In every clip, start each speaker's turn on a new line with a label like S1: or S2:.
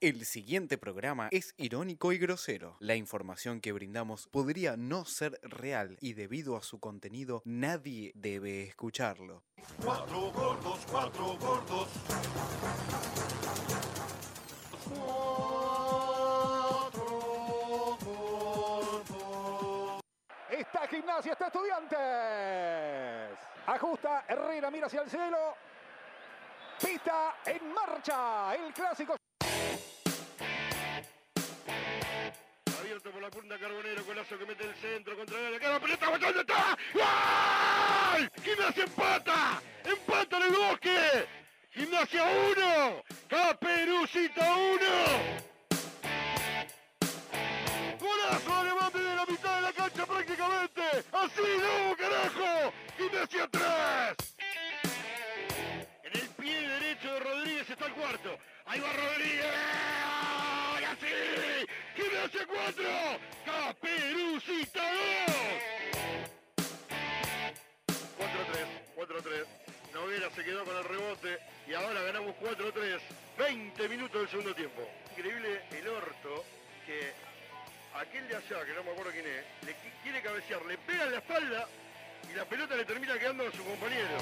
S1: El siguiente programa es irónico y grosero. La información que brindamos podría no ser real y debido a su contenido nadie debe escucharlo.
S2: Cuatro gordos, cuatro gordos.
S3: Está Gimnasia, está Estudiantes. Ajusta Herrera, mira hacia el cielo. Pita en marcha. El clásico.
S4: Abierto por la punta Carbonero, golazo que mete el centro contra el cara, pelota botando está. ¡Gol! Gimnasia empata, empata en el bosque. Gimnasia 1, Caperucita 1. Golazo alemán desde la mitad de la cancha prácticamente. Así no, carajo. Gimnasia 3. En el pie derecho de Rodríguez está el cuarto. Ahí va Rodríguez. Ahora sí. Gimnasia 4. Caperucita 2. 4-3. 4-3. Noguera se quedó con el rebote y ahora ganamos 4-3. 20 minutos del segundo tiempo. Increíble el orto que aquel de allá, que no me acuerdo quién es, le qui- quiere cabecear, le pega en la espalda y la pelota le termina quedando a su compañero.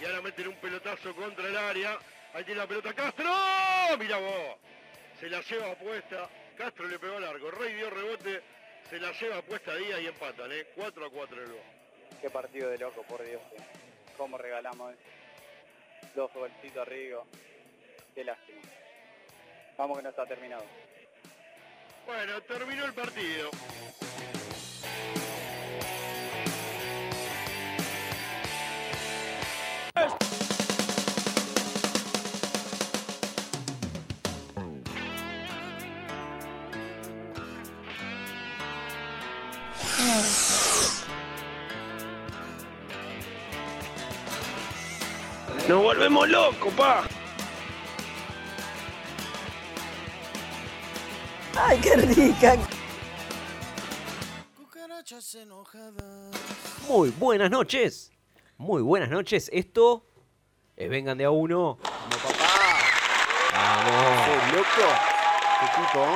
S4: Y ahora meten un pelotazo contra el área. Ahí tiene la pelota Castro. Mira vos. Se la lleva puesta. Castro le pegó largo. Rey dio rebote. Se la lleva puesta Díaz y empatan, ¿eh? 4 a 4 luego.
S5: Qué partido de loco, por Dios. eh. Cómo regalamos eso. Dos golcitos a Rigo. Qué lástima. Vamos que no está terminado.
S4: Bueno, terminó el partido.
S6: Nos volvemos locos, pa.
S7: Ay, qué rica.
S8: Muy buenas noches. Muy buenas noches. Esto es Vengan de a uno. Vamos.
S9: ¿eh?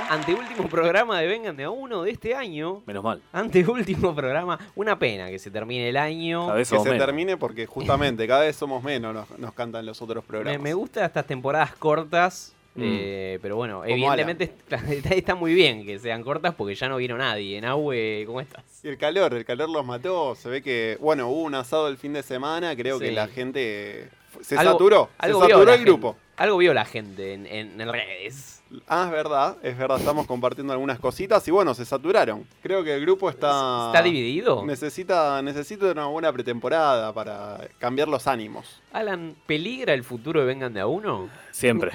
S8: Anteúltimo programa de Vengan de a uno de este año.
S10: Menos mal.
S8: Anteúltimo programa. Una pena que se termine el año.
S10: Cada vez
S9: que
S10: somos
S9: se
S10: menos.
S9: termine porque justamente cada vez somos menos, nos, nos cantan los otros
S8: Me,
S9: programas.
S8: me gustan estas temporadas cortas.
S9: Mm.
S8: eh, pero bueno,
S9: Como
S8: evidentemente está, está muy bien que sean cortas porque ya no vino nadie. Nahue, ¿cómo estás?
S9: Y el calor, el calor los mató. Se ve que, bueno, hubo un asado el fin de semana, creo que
S8: Sí.
S9: la gente fu- se
S8: Algo-
S9: saturó,
S8: algo
S9: se
S8: vio
S9: saturó
S8: la
S9: el grupo.
S8: gente, algo vio la gente en, en- en redes.
S9: Ah, es verdad, es verdad, estamos compartiendo algunas cositas y bueno, se saturaron. Creo que el grupo está...
S8: ¿Está dividido?
S9: Necesita, necesita una buena pretemporada para cambiar los ánimos.
S8: Alan, ¿peligra el futuro de Vengan de a uno?
S10: Siempre.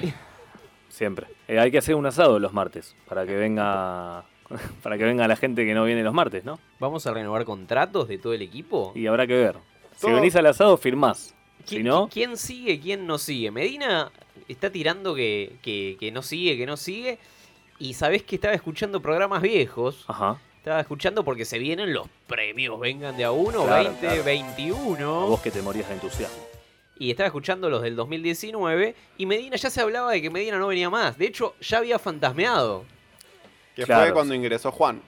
S10: Siempre. Eh, hay que hacer un asado los martes para que venga para que venga la gente que no viene los martes, ¿no?
S8: ¿Vamos a renovar contratos de todo el equipo?
S10: Y habrá que ver. Si
S8: Todo-
S10: venís al asado, firmás. Si
S8: ¿Qui-
S10: no,
S8: ¿Quién sigue, quién no sigue? Medina está tirando que, que- que no sigue, que no sigue. Y sabés que estaba escuchando programas viejos.
S10: Ah.
S8: Estaba escuchando porque se vienen los premios. Vengan de a uno,
S10: Claro,
S8: 20,
S10: claro.
S8: 21.
S10: a vos que te morías de entusiasmo.
S8: Y estaba escuchando los del 2019. Y Medina ya se hablaba de que Medina no venía más. De hecho, ya había fantasmeado.
S9: Que fue
S8: Claro.
S9: cuando ingresó Juan.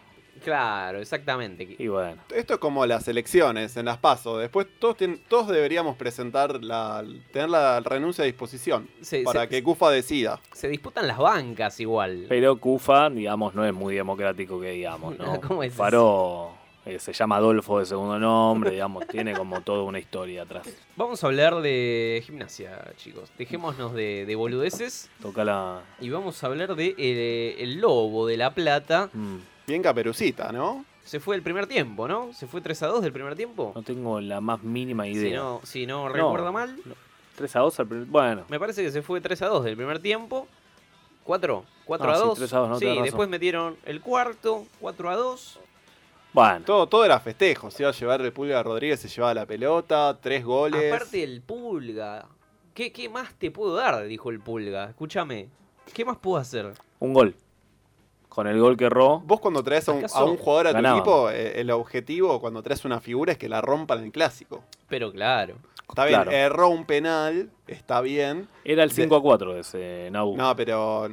S8: Claro, exactamente.
S10: Y bueno.
S9: Esto es como las elecciones en las PASO. Después todos, tien- todos deberíamos presentar la, tener la renuncia a disposición
S8: Sí,
S9: para
S8: sí.
S9: que Cufa decida.
S8: Se disputan las bancas igual.
S10: Pero Cufa, digamos, no es muy democrático que digamos, ¿no?
S8: ¿Cómo es eso?
S10: Paró, eh, se llama Adolfo de segundo nombre, digamos, tiene como toda una historia atrás.
S8: Vamos a hablar de gimnasia, chicos. Dejémonos de, de boludeces.
S10: Toca la.
S8: Y vamos a hablar de eh, el lobo de la plata.
S10: mm,
S9: Bien caperucita, ¿no?
S8: Se fue el primer tiempo, ¿no? Se fue 3 a 2 del primer tiempo.
S10: No tengo la más mínima idea.
S8: Si no, si no recuerdo mal,
S10: 3 a 2 al primer. Bueno,
S8: me parece que se fue 3 a 2 del primer tiempo. 4, 4
S10: No,
S8: a
S10: Ah, sí,
S8: 2.
S10: 3 a 2, no,
S8: sí,
S10: tenés razón.
S8: después metieron el cuarto, 4 a 2.
S10: bueno.
S9: Todo, todo era festejo. Se iba a llevar el Pulga Rodríguez, se llevaba la pelota, tres goles.
S8: Aparte el pulga. ¿Qué, ¿Qué más te puedo dar? Dijo el pulga. Escúchame. ¿Qué más puedo hacer?
S10: un gol. Con el gol que erró.
S9: Vos cuando traes a un,
S8: ¿Acaso
S9: a un jugador a tu
S10: ganaba?
S9: equipo, eh, el objetivo cuando traes una figura es que la rompan en el clásico.
S8: Pero claro.
S9: Está bien,
S10: Claro.
S9: erró un penal, está bien.
S10: Era el
S9: De-
S10: 5 a 4 ese Nau.
S9: No, pero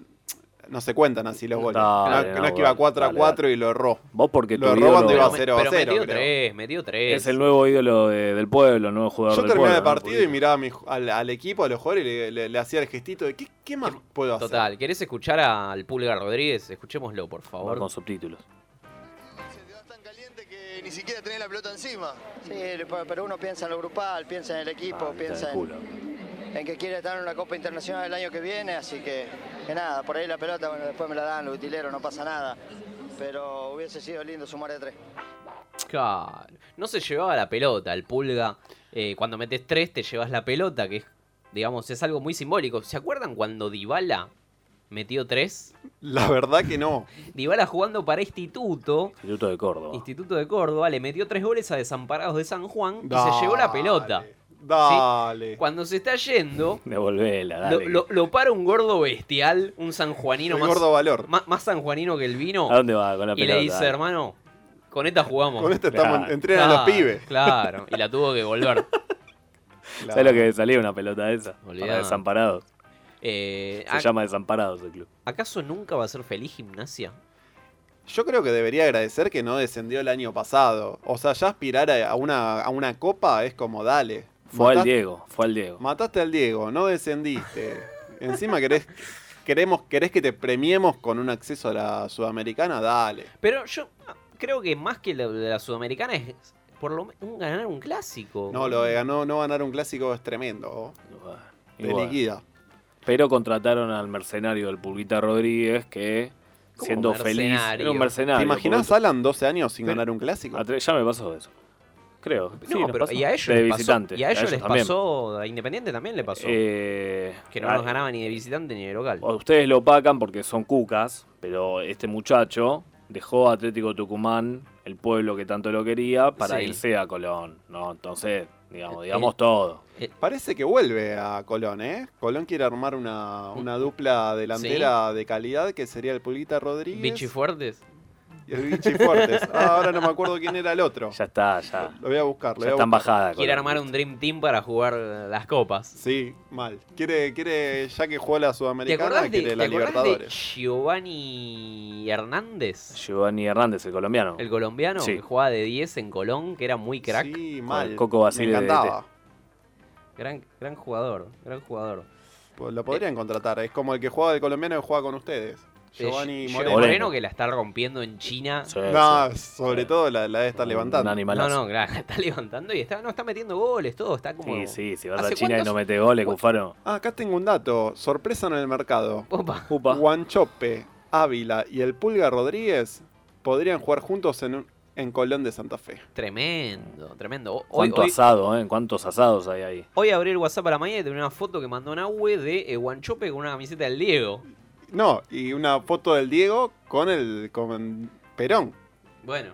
S9: no se cuentan así los goles. No,
S10: Dale,
S9: no
S10: Uh. no,
S9: es que iba
S10: dale,
S9: 4 a
S10: dale,
S9: 4 y lo erró.
S10: Vos porque
S9: Lo
S10: tu
S9: erró cuando
S10: ídolo-
S9: iba 0 a
S8: pero
S9: 0.
S8: metió tres, metió tres.
S10: Es el nuevo ídolo de- del pueblo, el nuevo jugador
S9: Yo
S10: del
S9: terminaba
S10: pueblo.
S9: el
S10: ¿no?
S9: partido y miraba a mi- al, al equipo, a los jugadores, y le, le- le hacía el gestito de ¿qué, qué más puedo hacer?
S8: Total, ¿querés escuchar al Pulgar Rodríguez? Escuchémoslo, por
S10: Va
S8: favor.
S10: con subtítulos.
S11: que ni siquiera tenés la pelota encima. Sí, pero- pero uno piensa en lo grupal, piensa en el
S10: Ah,
S11: equipo, piensa en, en que quiere estar en una Copa Internacional el año que viene, así que, que nada, por ahí la pelota, bueno, después me la dan los utileros, no pasa nada. Pero hubiese sido lindo sumar de tres.
S8: Claro. No se llevaba la pelota, el pulga. Eh, cuando metes tres, te llevas la pelota, que es, digamos, es algo muy simbólico. ¿Se acuerdan cuando Dybala metió tres?
S9: La verdad que no.
S8: Dybala jugando para Instituto,
S10: Instituto de Córdoba.
S8: Instituto de Córdoba, le metió tres goles a Desamparados de San Juan y
S10: Dale,
S8: se llevó la pelota.
S9: Dale.
S8: Cuando se está yendo,
S10: Devolvela,
S8: lo,
S10: dale.
S8: lo- lo para un gordo bestial, un sanjuanino
S10: El
S8: más.
S10: gordo valor.
S8: Más, más sanjuanino que el vino.
S10: ¿A dónde va con la
S8: Y le
S10: pelota?
S8: dice, hermano, con esta jugamos.
S9: Con esta estamos-
S10: Claro.
S9: entrenan a los
S8: Claro,
S9: pibes.
S8: Claro, y la tuvo que volver.
S10: ¿Sabes lo que salía una pelota de esa?
S8: Olvidá.
S10: Para desamparados.
S8: Eh,
S10: Se
S8: ac-
S10: llama Desamparados el club.
S8: ¿Acaso nunca va a ser feliz gimnasia?
S9: Yo creo que debería agradecer que no descendió el año pasado. O sea, ya aspirar a a una, a una copa es como dale.
S10: Fue al
S9: Matás-
S10: Diego, fue al Diego.
S9: Mataste al Diego, no descendiste. Encima querés, queremos, querés que te premiemos con un acceso a la Sudamericana, dale.
S8: Pero yo ah, creo que más que la, la sudamericana es por lo menos ganar un clásico.
S9: No, lo de ganó, no ganar un clásico es tremendo.
S10: Y
S9: Te
S10: bueno.
S9: liquida.
S10: Pero contrataron al mercenario del Pulguita Rodríguez que,
S9: ¿Cómo
S10: siendo feliz,
S9: mercenario?
S10: era un mercenario.
S9: ¿Te imaginas
S10: por otro-
S9: Alan 12 años sin ganar un clásico?
S10: A tres- ya me pasó eso. Creo. Sí,
S8: No,
S10: nos
S8: pero
S10: pasó.
S8: y a ellos
S10: De
S8: les
S10: visitante.
S8: pasó. Y a ellos, les
S10: también.
S8: pasó. A Independiente también le pasó.
S10: Eh,
S8: que no
S10: a-
S8: nos ganaba ni de visitante ni de local.
S10: O Ustedes lo opacan porque son cucas, pero este muchacho dejó a Atlético Tucumán, el pueblo que tanto lo quería, para
S9: Sí.
S10: irse a Colón. No, entonces, digamos, digamos todo.
S9: Parece que vuelve a Colón, ¿eh? Colón quiere armar una, una dupla delantera de calidad que sería el Pulita Rodríguez.
S8: Bichifuertes.
S9: Y el Vichy Fuertes. Ah, ahora no me acuerdo quién era el otro.
S10: Ya está, ya.
S9: Lo voy a buscar. Lo
S10: Ya
S9: voy a
S10: está en
S9: buscar.
S10: bajada.
S8: Quiere
S10: Colón.
S8: armar un Dream Team para jugar eh, las copas.
S9: Sí, mal. Quiere, quiere, ya que jugó la
S8: ¿Te
S9: Sudamericana,
S8: acordás de,
S9: quiere
S8: ¿te
S9: la
S8: acordás de
S9: Libertadores.
S8: Giovanni Hernández?
S10: Giovanni Hernández, el colombiano.
S8: El colombiano
S10: Sí.
S8: que jugaba de 10 en Colón, que era muy crack.
S9: Sí,
S10: mal. Coco Basile Me encantaba.
S8: Gran, gran jugador, gran jugador.
S9: Pues Lo podrían contratar. Es como el que juega del colombiano que juega con ustedes. Giovanni
S8: Eh,
S9: Moreno.
S8: que la está rompiendo en China.
S9: No, sobre todo la, la debe estar levantando.
S8: No, no, claro, la está levantando y está, no, está metiendo goles, todo, está como.
S10: Sí, sí, si vas a
S8: ¿Hace
S10: China y
S8: cuántos-
S10: no metes goles, Cufaro.
S9: Ah, acá tengo un dato. Sorpresa en el mercado.
S8: Opa.
S9: Guanchope, Ávila y el Pulga Rodríguez podrían jugar juntos en, un- en Colón de Santa Fe.
S8: Tremendo, tremendo. O- Hoy,
S10: Cuánto
S8: hoy,
S10: asado, ¿eh? Cuántos asados hay ahí.
S8: hoy abrí el WhatsApp para mañana y tenía una foto que mandó Nahue de eh, Guanchope con una camiseta del Diego.
S9: No, y una foto del Diego con el con Perón.
S8: Bueno,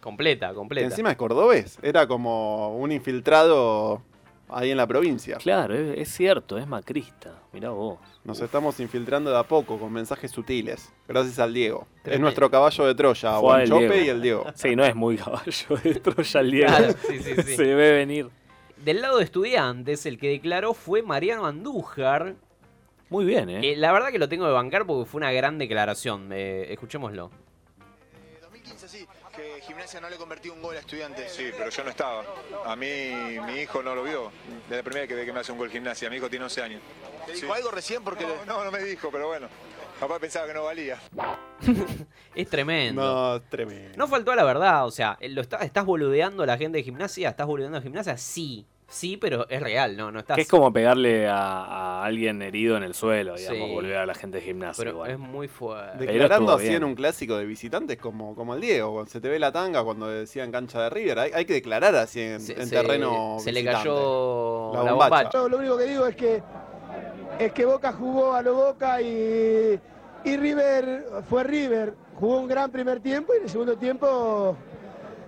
S8: completa,
S9: que
S8: completa.
S9: encima es cordobés. Era como un infiltrado ahí en la provincia.
S10: Claro, es, es cierto, es macrista. Mirá vos.
S9: Nos estamos infiltrando de a poco con mensajes sutiles. Gracias al Diego. Es
S10: Tremendo.
S9: nuestro caballo de
S10: Fue
S9: Troya,
S10: al
S9: Guanchope
S10: Diego.
S9: y el Diego.
S10: Sí, no es muy caballo de Troya el Diego.
S8: Claro, sí, sí, sí.
S10: Se ve venir.
S8: Del lado de estudiantes, el que declaró fue Mariano Andújar.
S10: Muy bien, ¿eh?
S8: Que la verdad que lo tengo que bancar porque fue una gran declaración. eh, escuchémoslo.
S12: 2015 sí, que Gimnasia no le convertí un gol a Estudiantes. Sí, pero yo no estaba. A mí, mi hijo no lo vio. De la primera que ve que me hace un gol Gimnasia. Mi hijo tiene 11 años. ¿Te dijo algo recién? porque no, no, no me dijo, pero bueno. Papá pensaba que no valía.
S8: Es tremendo.
S9: No, tremendo.
S8: No faltó a la verdad, o sea, lo está- estás boludeando a la gente de gimnasia, estás boludeando a gimnasia, sí, sí, pero es real, no, no estás.
S10: Que es como pegarle a, a alguien herido en el suelo, digamos,
S8: Sí.
S10: volver a la gente de gimnasio.
S8: Pero
S10: igual.
S8: es muy fuerte.
S9: Declarando
S10: estuvo
S9: así
S10: bien.
S9: en un clásico de visitantes como, como el Diego, cuando se te ve la tanga cuando decían cancha de River, hay, hay que declarar así en,
S8: Se-
S9: en
S8: se-
S9: terreno.
S8: se le
S9: visitante.
S8: cayó
S9: la
S8: la
S9: bombacha.
S8: bombacha.
S13: Yo lo único que digo es que es que Boca jugó a lo Boca y, y River fue River. Jugó un gran primer tiempo y en el segundo tiempo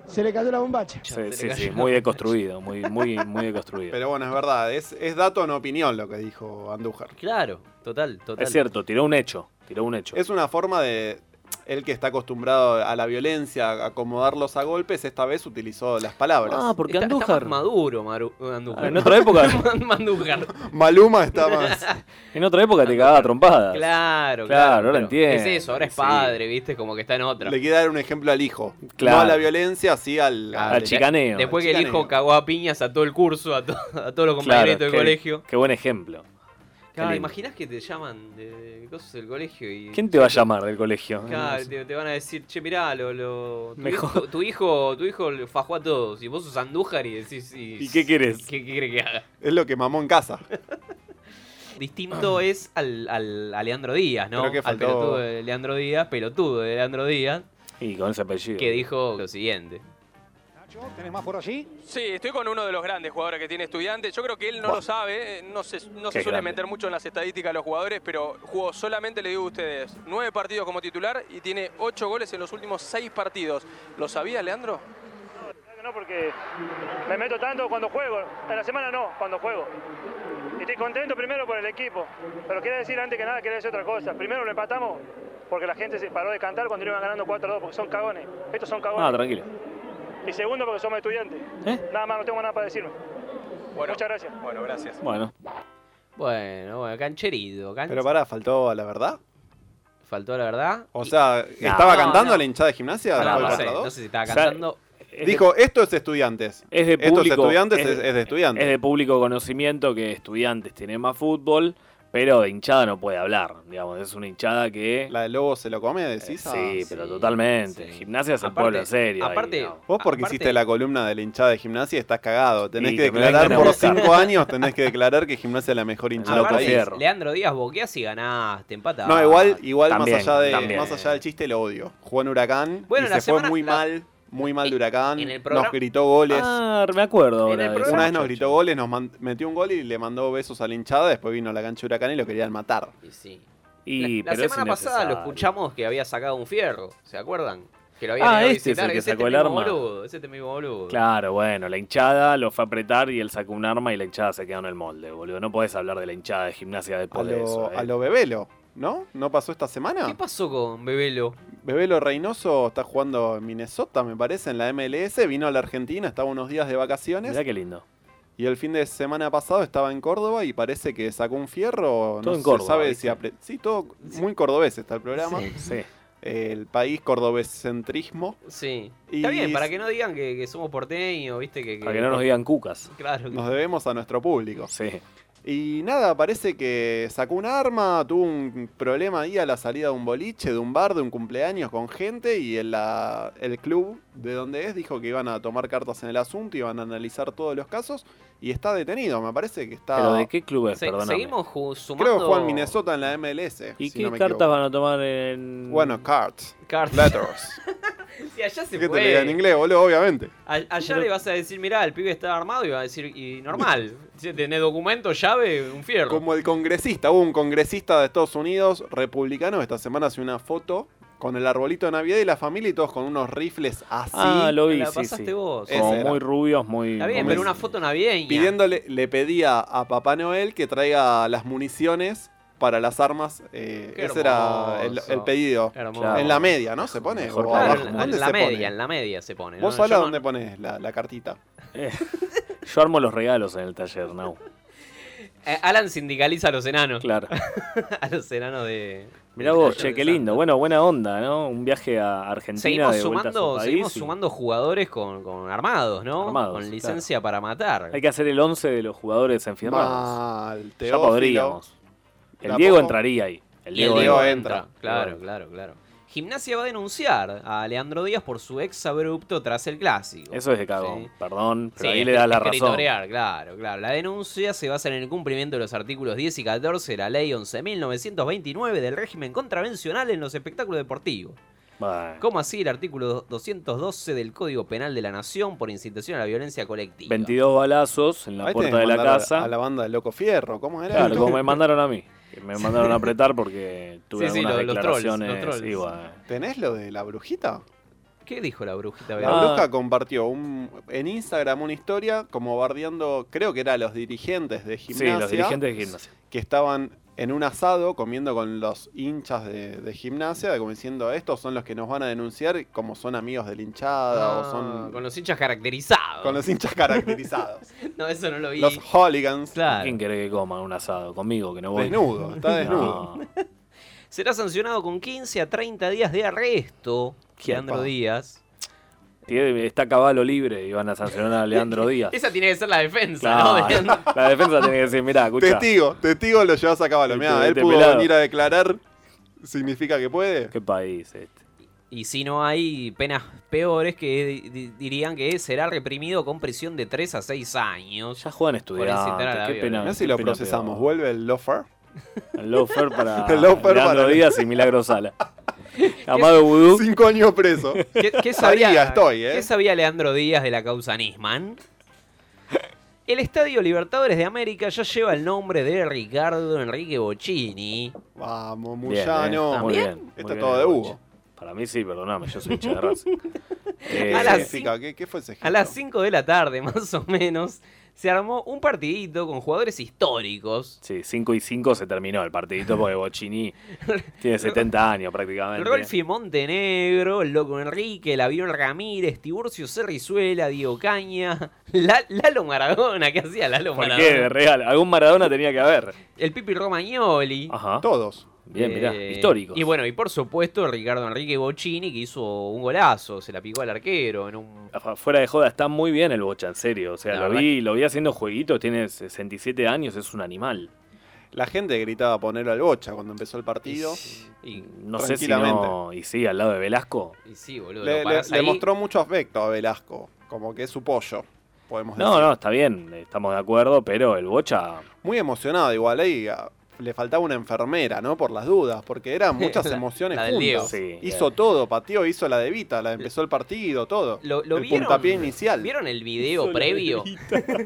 S13: se le cayó la bombacha.
S10: Sí, sí, sí, muy deconstruido, muy, muy, muy deconstruido.
S9: Pero bueno, es verdad, es, es dato no opinión lo que dijo Andújar.
S8: Claro, total, total.
S10: es cierto, tiró un hecho, tiró un hecho.
S9: Es una forma de él que está acostumbrado a la violencia, a acomodarlos a golpes, esta vez utilizó las palabras.
S8: Ah, porque Está- está Andújar- más maduro, Maru, Andújar.
S10: Ah, en otra época.
S8: Andújar.
S9: Maluma está más.
S10: En otra época te cagaba a trompadas.
S8: Claro, claro.
S10: Claro, ahora
S8: pero
S10: entiendo.
S8: Es eso, ahora es
S10: Sí.
S8: padre, ¿viste? Como que está en otra.
S9: Le quiere dar un ejemplo al hijo.
S10: Claro.
S9: No a la violencia, sí al,
S10: Al chicaneo.
S8: Después
S10: Al
S8: que el
S10: chicaneo.
S8: hijo cagó a piñas a todo el curso, a, to- a todos los compañeritos del
S10: qué-
S8: colegio.
S10: Qué buen ejemplo. Qué
S8: Claro,
S10: lindo.
S8: imaginás que te llaman de, de cosas del colegio y.
S10: ¿Quién te va a llamar del colegio?
S8: Claro, te, te van a decir, che, mirá, lo, lo- tu,
S10: Mejor.
S8: hijo, tu hijo tu hijo lo fajó a todos. Y vos sos Andújar y decís. ¿Y,
S9: ¿Y qué querés?
S8: ¿Qué, qué querés que haga?
S9: Es lo que mamó en casa.
S8: Distinto es al, al- a Leandro Díaz, ¿no?
S10: Creo que
S8: Al
S10: faltó-
S8: pelotudo de Leandro Díaz, pelotudo de Leandro Díaz,
S10: Y con ese apellido.
S8: que dijo lo siguiente.
S3: ¿Tenés más por allí?
S14: Sí, estoy con uno de los grandes jugadores que tiene estudiantes. Yo creo que él no lo sabe, eh, no se, no se
S10: Qué
S14: suele
S10: grande.
S14: meter mucho en las estadísticas de los jugadores, pero jugó solamente, le digo a ustedes, nueve partidos como titular y tiene ocho goles en los últimos seis partidos. ¿Lo sabías, Leandro?
S15: No, porque me meto tanto cuando juego. En la semana no, cuando juego. Y estoy contento primero por el equipo. Pero quiero decir, antes que nada, quiero decir otra cosa. Primero lo empatamos porque la gente se paró de cantar cuando iban ganando 4-2, porque son cagones. Estos son cagones.
S10: Ah, tranquilo.
S15: Y segundo, porque somos estudiantes. Nada más, no tengo nada para decirme. Muchas gracias.
S14: Bueno, gracias.
S10: Bueno.
S8: Bueno, bueno, cancherito. can-
S9: Pero pará, faltó a la verdad.
S8: Faltó a la verdad.
S9: O sea, ¿estaba
S8: No,
S9: cantando
S8: no.
S9: la hinchada de gimnasia?
S8: Pará,
S9: ¿Fue
S8: no sé,
S9: el cuatro a dos?
S8: no sé si estaba O sea, cantando. es de-
S9: Dijo, esto es estudiantes.
S10: Es de
S9: Esto es
S10: público.
S9: estudiantes, es, es de estudiantes.
S10: Es de público conocimiento que estudiantes tiene más fútbol, pero de hinchada no puede hablar. Digamos, es una hinchada que. eh,
S9: La de Lobo se lo come, decís. ah.
S10: sí, pero totalmente. Gimnasia es el pueblo en serio. ahí, digamos.
S9: Vos porque hiciste la columna de la hinchada de gimnasia estás cagado. Tenés
S10: Y
S9: que
S10: te me dan
S9: declarar
S10: ganas de
S9: por
S10: buscar.
S9: cinco años, tenés que declarar que gimnasia es la mejor hinchada del
S8: Aparte, Ah,
S9: país.
S8: Leandro Díaz, boqueas y ganás, te empatás.
S9: No, igual, igual
S10: También,
S9: más allá de
S10: también.
S9: más allá del chiste lo odio. Jugó en Huracán
S8: Bueno,
S9: y
S8: la
S9: se
S8: semana-
S9: fue muy mal, muy mal de Huracán.
S8: programa-
S9: Nos gritó goles.
S10: Ah, me acuerdo ahora. de ese
S9: Una vez nos
S10: muchacho.
S9: gritó goles, nos man- metió un gol y le mandó besos a la hinchada, después vino a la cancha de Huracán y lo querían matar.
S10: Y,
S8: La
S10: pero es
S8: semana pasada lo
S10: innecesario.
S8: escuchamos que había sacado un fierro, ¿se acuerdan? Que lo habían
S10: Ah,
S8: ido a
S10: este es el
S8: visitar,
S10: que
S8: ese
S10: sacó el
S8: mismo
S10: arma.
S8: Boludo, ese es el mismo boludo.
S10: Claro, bueno, la hinchada lo fue a apretar y él sacó un arma y la hinchada se quedó en el molde, boludo. No podés hablar de la hinchada de gimnasia
S9: A
S10: después
S9: lo,
S10: de eso. eh.
S9: a lo Bebelo, ¿no? ¿No pasó esta semana? ¿Qué
S8: pasó con Bebelo?
S9: Bebelo Reynoso está jugando en Minnesota, me parece, en la MLS. Vino a la Argentina, estaba unos días de vacaciones.
S10: Mirá qué lindo.
S9: Y el fin de semana pasado estaba en Córdoba y parece que sacó un fierro.
S10: Todo
S9: no
S10: en
S9: se
S10: Córdoba,
S9: sabe
S10: ¿viste?
S9: si apre- Sí, todo muy cordobés está el programa.
S10: Sí, sí.
S9: El país cordobescentrismo.
S8: Sí.
S9: Y-
S8: Está bien, para que no digan que, que somos porteños, ¿viste? Que,
S9: Para que no nos digan
S10: cucas.
S8: Claro.
S9: Nos debemos a nuestro público.
S10: Sí.
S9: Y nada, parece que sacó un arma, tuvo un problema ahí a la salida de un boliche, de un bar, de un cumpleaños con gente y en la- el club de donde es dijo que iban a tomar cartas en el asunto, iban a analizar todos los casos y está detenido, me parece que está...
S10: ¿Pero de qué club es?
S8: Se-
S10: Perdóname.
S8: seguimos ju- sumando...
S9: Creo que juega en Minnesota en la MLS.
S10: ¿Y
S9: si
S10: qué
S9: no me
S10: cartas
S9: equivoco.
S10: van a tomar en...?
S9: Bueno, cards.
S8: Cards.
S9: Letters.
S8: Sí, allá se
S9: ¿Qué te
S8: puede.
S9: leía en inglés, boludo? Obviamente.
S8: A- Allá le vas a decir, mirá, el pibe está armado y va a decir, y normal. Si tenés documento, llave, un fierro.
S9: Como el congresista, hubo un congresista de Estados Unidos, republicano, esta semana hace una foto con el arbolito de Navidad y la familia y todos con unos rifles así.
S10: Ah, lo vi, sí, sí. Como
S9: Ese era.
S10: muy rubios, muy...
S8: Está bien,
S10: muy-
S8: pero una foto navideña.
S9: Pidiéndole, le pedía a Papá Noel que traiga las municiones para las armas. eh,
S8: Qué
S9: ese era el,
S8: hermoso.
S9: el pedido.
S8: Hermoso.
S9: En la media, ¿no? Se pone.
S8: Mejor
S9: o
S8: claro,
S9: abajo.
S8: en la,
S9: ¿Dónde
S8: en la
S9: se
S8: media,
S9: pone?
S8: en la media se pone.
S9: Vos
S8: ¿no?
S9: habla
S8: Yo
S9: dónde pones la, la cartita.
S10: Eh, Yo armo los regalos en el taller, Nau.
S8: no- Eh, Alan sindicaliza a los enanos.
S10: Claro.
S8: a los enanos de...
S10: Mirá vos, che, qué lindo. Bueno, buena onda, ¿no? Un viaje a Argentina
S8: Seguimos
S10: de vuelta a su
S8: sumando,
S10: país
S8: seguimos
S10: y-
S8: sumando jugadores con, con armados, ¿no?
S10: Armados,
S8: con
S10: claro.
S8: licencia para matar.
S10: Hay que hacer el 11 de los jugadores enfierrados.
S9: Mal,
S10: ya
S9: Teófilo.
S10: podríamos.
S9: De
S10: El
S9: a
S10: Diego
S9: poco.
S10: entraría ahí. El
S8: Y el
S10: Diego,
S8: Diego
S10: entra.
S8: entra. Claro, claro, claro. Gimnasia va a denunciar a Leandro Díaz por su ex abrupto tras el clásico.
S10: Eso es de cagón, perdón, pero
S8: Sí,
S10: ahí le das la razón.
S8: escritorear, claro, claro. La denuncia se basa en el cumplimiento de los artículos 10 y 14 de la ley 11.929 del régimen contravencional en los espectáculos deportivos.
S10: Bueno,
S8: Como así el artículo 212 del Código Penal de la Nación por incitación a la violencia colectiva.
S10: 22 balazos en la
S9: Ahí
S10: puerta
S9: tenés
S10: de la
S9: que mandar a-
S10: casa.
S9: A la banda de Loco Fierro, ¿cómo era?
S10: Claro, como me mandaron a mí. que Me mandaron a apretar porque tuve
S9: Sí, sí,
S10: algunas
S9: lo de los trolls, los
S10: declaraciones.
S9: trolls.
S10: y bueno.
S9: ¿Tenés lo de la brujita?
S8: ¿Qué dijo la brujita?
S9: La
S10: Ah.
S9: bruja compartió un, en Instagram una historia como bardeando, creo que era a los dirigentes de
S10: Sí,
S9: gimnasia.
S10: los dirigentes de gimnasia.
S9: Que estaban en un asado comiendo con los hinchas de, de gimnasia, como diciendo, estos son los que nos van a denunciar, como son amigos de la hinchada o
S10: Ah,
S9: son
S8: Con los hinchas caracterizados.
S9: con los hinchas caracterizados.
S8: No, eso no lo vi.
S9: los hooligans.
S10: ¿Quién quiere que coma un asado? Conmigo, que no voy.
S9: Desnudo, está desnudo.
S10: No.
S8: Será sancionado con 15 a 30 días de arresto, Leandro Díaz.
S10: Tiene- está caballo libre y van a sancionar a Leandro Díaz.
S8: Esa tiene que ser la defensa, ¿no?
S10: Claro,
S8: De-
S10: La defensa tiene que decir, mirá, escucha.
S9: Testigo, testigo lo llevas a caballo. Mirá,
S10: Este-
S9: él
S10: este
S9: pudo
S10: pelado.
S9: venir a declarar. ¿Significa que puede?
S10: ¿Qué país este?
S8: Y si no hay penas peores que di- di- dirían que será reprimido con prisión de 3 a 6 años.
S10: Ya juegan estudiantes, qué pena.
S9: Mirá si lo
S10: qué pena
S9: procesamos. ¿Vuelve el lofer?
S10: El loafer para
S9: El loafer
S10: Leandro
S9: para-
S10: Díaz y Milagro Sala. Amado Vudú.
S9: Cinco años preso.
S8: ¿Qué, qué sabía,
S9: Haría, estoy, ¿eh?
S8: qué sabía Leandro Díaz de la causa Nisman? El Estadio Libertadores de América ya lleva el nombre de Ricardo Enrique Bocini.
S9: Vamos,
S10: Bien, ¿eh?
S9: Muyano.
S10: Muy bien. muy
S9: Está
S10: bien,
S9: todo de Hugo.
S10: Para mí sí, perdóname, yo soy hincha de Racing. Eh,
S8: A las
S9: significa? ¿Qué, qué fue ese
S8: A
S9: gesto?
S8: las 5 de la tarde, más o menos, se armó un partidito con jugadores históricos.
S10: Sí, 5 y 5 se terminó el partidito porque Bochini tiene 70 años prácticamente.
S8: Rolfi Montenegro, el Loco Enrique, el Avión Ramírez, Tiburcio Cerrizuela, Diego Caña, La- Lalo Maradona, ¿qué hacía Lalo
S10: ¿Por
S8: Maradona?
S10: qué? Real. Algún Maradona tenía que haber.
S8: El Pipi Romagnoli.
S10: Ajá.
S9: Todos.
S10: Ah, Bien, mirá.
S8: Eh,
S10: Históricos.
S8: Y bueno, y por supuesto Ricardo Enrique Bocini que hizo un golazo, se la picó al arquero en un...
S10: Afu- Fuera de joda, está muy bien el Bocha, en serio. O sea,
S8: La
S10: lo
S8: verdad
S10: vi, lo vi haciendo jueguitos, tiene 67 años, es un animal.
S9: La gente gritaba ponerlo al bocha cuando empezó el partido.
S8: Y,
S10: No sé si
S9: Tranquilamente.
S10: no... Y sí, al lado de Velasco.
S8: y sí, boludo.
S9: Le,
S8: lo
S9: le-
S8: parás
S9: le
S8: ahí.
S9: mostró mucho afecto a Velasco. Como que es su pollo, podemos decir.
S10: No, no, está bien, estamos de acuerdo, pero el Bocha...
S9: Muy emocionado igual. Ahí ah, le faltaba una enfermera, ¿no? Por las dudas. Porque eran muchas
S8: La-
S9: emociones
S8: la del
S9: juntas.
S10: Diego. Sí,
S9: hizo todo. Pateó, hizo la de Vita. La empezó el partido, todo.
S8: Lo, lo
S9: el
S8: vieron,
S9: puntapié inicial.
S8: ¿Vieron el video
S10: Hizo la
S8: previo?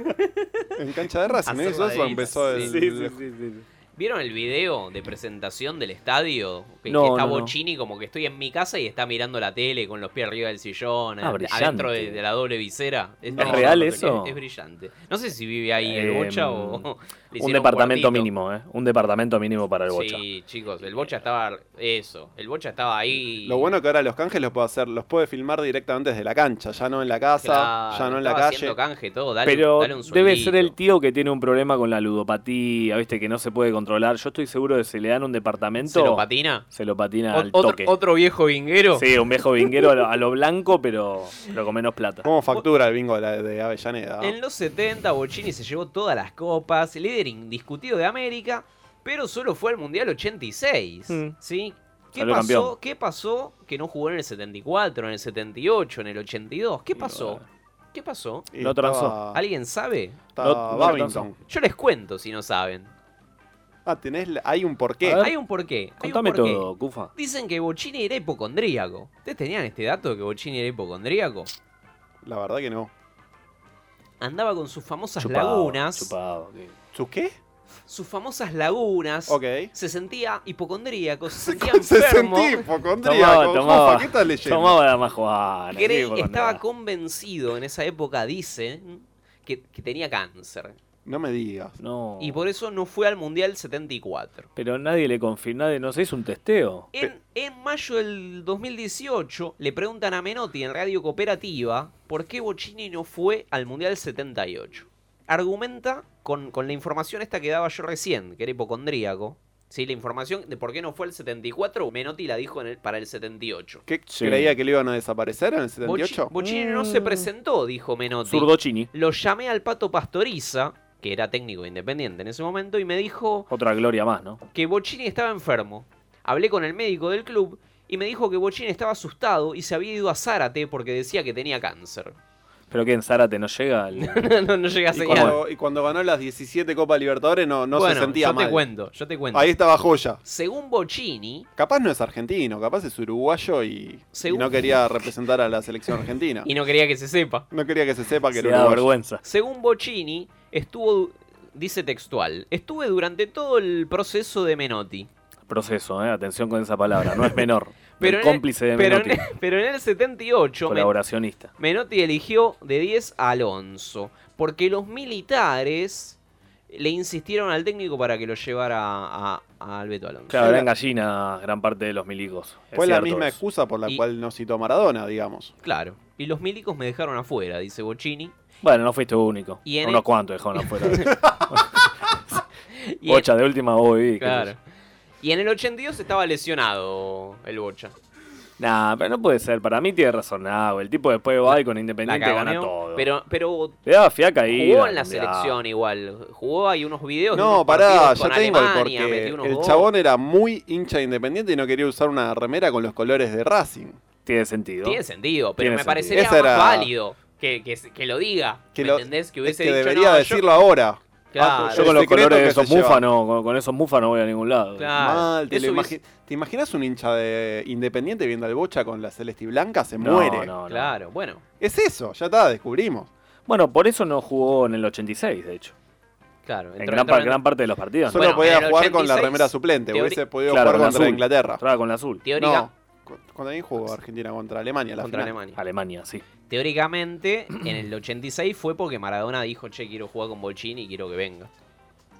S9: En cancha de Racing. ¿no?
S8: Hacer
S9: Eso
S8: la de Vita,
S9: empezó
S8: sí.
S9: el...
S8: Sí, sí, ¿Vieron el video de presentación del estadio? Que,
S10: No,
S8: que está
S10: no, no.
S8: Bocini como que estoy en mi casa y está mirando la tele con los pies arriba del sillón,
S10: Ah,
S8: ad-
S10: brillante.
S8: adentro de, de la doble visera.
S10: ¿Es
S8: no,
S10: real
S8: no, no,
S10: eso?
S8: Es, es brillante. No sé si vive ahí el
S10: Eh,
S8: Bocha o... le
S10: Un
S8: hicieron
S10: departamento
S8: cuartito.
S10: mínimo, ¿eh? Un departamento mínimo para el Bocha.
S8: Sí, chicos, el Bocha estaba... Eso, el Bocha estaba ahí...
S9: Lo bueno que ahora los canjes los puede hacer, los puede filmar directamente desde la cancha, ya no en la casa,
S8: Claro,
S9: ya no en la
S8: estaba
S9: calle.
S8: haciendo canje todo, dale,
S10: Pero
S8: dale un
S10: debe ser el
S8: sueldito.
S10: tío que tiene un problema con la ludopatía, ¿viste? Que no se puede controlar. Yo estoy seguro de que si le dan un departamento...
S8: ¿Se lo patina?
S10: Se lo patina
S8: Ot-
S10: al
S8: otro,
S10: toque.
S8: otro viejo vinguero?
S10: Sí, un viejo vinguero a lo, a lo blanco, pero, pero con menos plata.
S9: ¿Cómo factura el bingo de, la- de
S10: Ah.
S9: Avellaneda?
S8: En los 70, Bocini se llevó todas las copas, líder indiscutido de América, pero solo fue al Mundial 86.
S10: Mm.
S8: ¿sí? ¿Qué
S10: Salió campeón.
S8: pasó, ¿Qué pasó que no jugó en el 74, en el 78, en el 82? ¿Qué pasó? ¿Qué pasó?
S9: Y
S10: lo transó.
S9: estaba-
S8: ¿Alguien sabe?
S9: estaba
S10: no- no
S9: Babington.
S8: Yo les cuento si no saben.
S9: Ah, tenés, la- hay un porqué.
S10: A ver.
S8: Hay un porqué. hay un
S10: Eh. Contame
S8: porqué.
S10: todo, Cufa.
S8: Dicen que Bocini era hipocondríaco. ¿Ustedes tenían este dato de que Bocini era hipocondríaco?
S9: La verdad que no.
S8: Andaba con sus famosas
S10: Chupado,
S8: lagunas.
S10: chupado, sí.
S9: ¿Sus qué?
S8: Sus famosas lagunas.
S9: Ok.
S8: se sentía hipocondríaco, se sentía
S9: Se
S8: enfermo.
S9: sentí hipocondríaco.
S10: Tomaba,
S9: Juanfa,
S10: tomaba.
S9: ¿Qué estás leyendo?
S10: Tomaba la majuana.
S8: Creí-
S10: ¿qué hipocondría?
S8: estaba convencido en esa época, dicen, que, que tenía cáncer.
S9: No me digas.
S10: No.
S8: Y por eso no fue al Mundial 74.
S10: Pero nadie le confirma, nadie, no se hizo un testeo.
S8: En, en mayo del 2018 le preguntan a Menotti en Radio Cooperativa por qué Bocini no fue al Mundial 78. Argumenta con, con la información esta que daba yo recién, que era hipocondríaco. Sí, la información de por qué no fue el 74, Menotti la dijo en el- para el 78.
S9: ¿Qué
S10: Sí.
S9: creía que le iban a desaparecer en el 78?
S8: Bochi- Bochini no se presentó, dijo Menotti.
S10: Zurdocini,
S8: Lo llamé al Pato Pastoriza, que era técnico independiente en ese momento, y me dijo
S10: otra gloria más, ¿no?
S8: que Bochini estaba enfermo. Hablé con el médico del club y me dijo que Bochini estaba asustado y se había ido a Zárate porque decía que tenía cáncer.
S10: Pero que en Zárate no llega al...
S8: no, no llega a
S9: y,
S8: señal.
S9: cuando, y cuando ganó las 17 Copa Libertadores no, no
S8: bueno,
S9: se sentía
S8: yo
S9: mal.
S8: te cuento, yo te cuento.
S9: Ahí estaba Joya.
S8: Según Bochini,
S9: Capaz no es argentino, capaz es uruguayo y, y
S8: Según-
S9: no quería representar a la selección argentina.
S8: y no quería que se sepa,
S9: No quería que se sepa
S10: Se
S9: que
S10: da
S9: era uruguayo.
S10: vergüenza.
S8: Según Bocini, estuvo, du- dice textual, estuve durante todo el proceso de Menotti.
S10: Proceso, ¿eh? Atención con esa palabra, no es menor.
S8: Pero
S10: el
S8: en el-
S10: cómplice de
S8: pero,
S10: Menotti,
S8: en, e- pero en el 78, Men-
S10: colaboracionista.
S8: Menotti eligió de 10 a Alonso, porque los militares le insistieron al técnico para que lo llevara a, a- al Beto Alonso.
S10: Claro, eran gallinas gran parte de los milicos. es
S9: Fue la
S10: cierto
S9: misma
S10: eso.
S9: excusa por la
S8: Y-
S9: cual no citó a Maradona, digamos.
S8: Claro. Y los milicos me dejaron afuera, dice Bocini.
S10: Bueno, no fuiste único.
S8: Y en
S10: Unos
S8: el-
S10: cuantos dejaron afuera.
S8: Y en- e-
S10: Bocha, de última vos vivís. qué sé
S8: Claro.
S10: yo.
S8: Y en el 82 estaba lesionado el Bocha.
S10: Nah, pero no puede ser. Para mí tiene razón. Nah, güey. el tipo después va y con Independiente
S8: La
S10: gana
S8: cagoneó,
S10: todo.
S8: pero- pero
S10: Le daba fiaca ahí.
S8: Jugó en la selección igual. Jugó hay unos videos. de
S9: No,
S8: unos
S9: pará,
S8: partidos
S9: ya
S8: con
S9: tengo el
S8: Alemania,
S9: porque
S8: metió unos
S9: el
S8: goles.
S9: chabón era muy hincha de independiente y no quería usar una remera con los colores de Racing.
S10: Tiene sentido.
S8: Tiene sentido, pero
S9: Tiene
S8: me
S9: sentido.
S8: parecería
S9: Esa
S8: más
S9: era-
S8: válido que, que, que lo diga.
S9: Que
S8: ¿me
S9: lo-
S8: entendés? Que
S9: es
S8: hubiese
S9: que
S8: dicho,
S9: debería
S8: no, yo-
S9: decirlo ah, ahora.
S8: Claro.
S10: Yo con
S9: El
S10: los
S9: secreto
S10: colores de
S9: que se
S10: esos
S9: lleva.
S10: mufanos, con, con esos mufanos no voy a ningún lado.
S8: Claro.
S9: Mal, te,
S8: Ah, Eso
S9: lo
S8: hubiese-
S9: imagi- ¿Te imaginas un hincha de independiente viendo al Bocha con la celeste y blanca? Se
S10: No,
S9: muere.
S10: no, no.
S8: Claro, bueno.
S9: Es eso, ya está, descubrimos.
S10: Bueno, por eso no jugó en el 86, de hecho.
S8: Claro,
S10: en
S8: entró-
S10: gran,
S8: entró
S10: par-
S8: en-
S10: gran parte de los partidos.
S9: Solo
S10: ¿no?
S9: podía jugar con la remera suplente,
S8: teori-
S9: hubiese podido
S10: Claro,
S9: jugar
S10: con la
S9: contra
S10: azul.
S9: Inglaterra.
S10: Entraba con la azul.
S8: Teórica-
S9: No, cu- cuando también jugó Argentina contra Alemania. La
S8: Contra
S9: final.
S8: Alemania.
S10: Alemania, sí.
S8: Teóricamente, en el 86 fue porque Maradona dijo, che, quiero jugar con Bolchini y quiero que venga.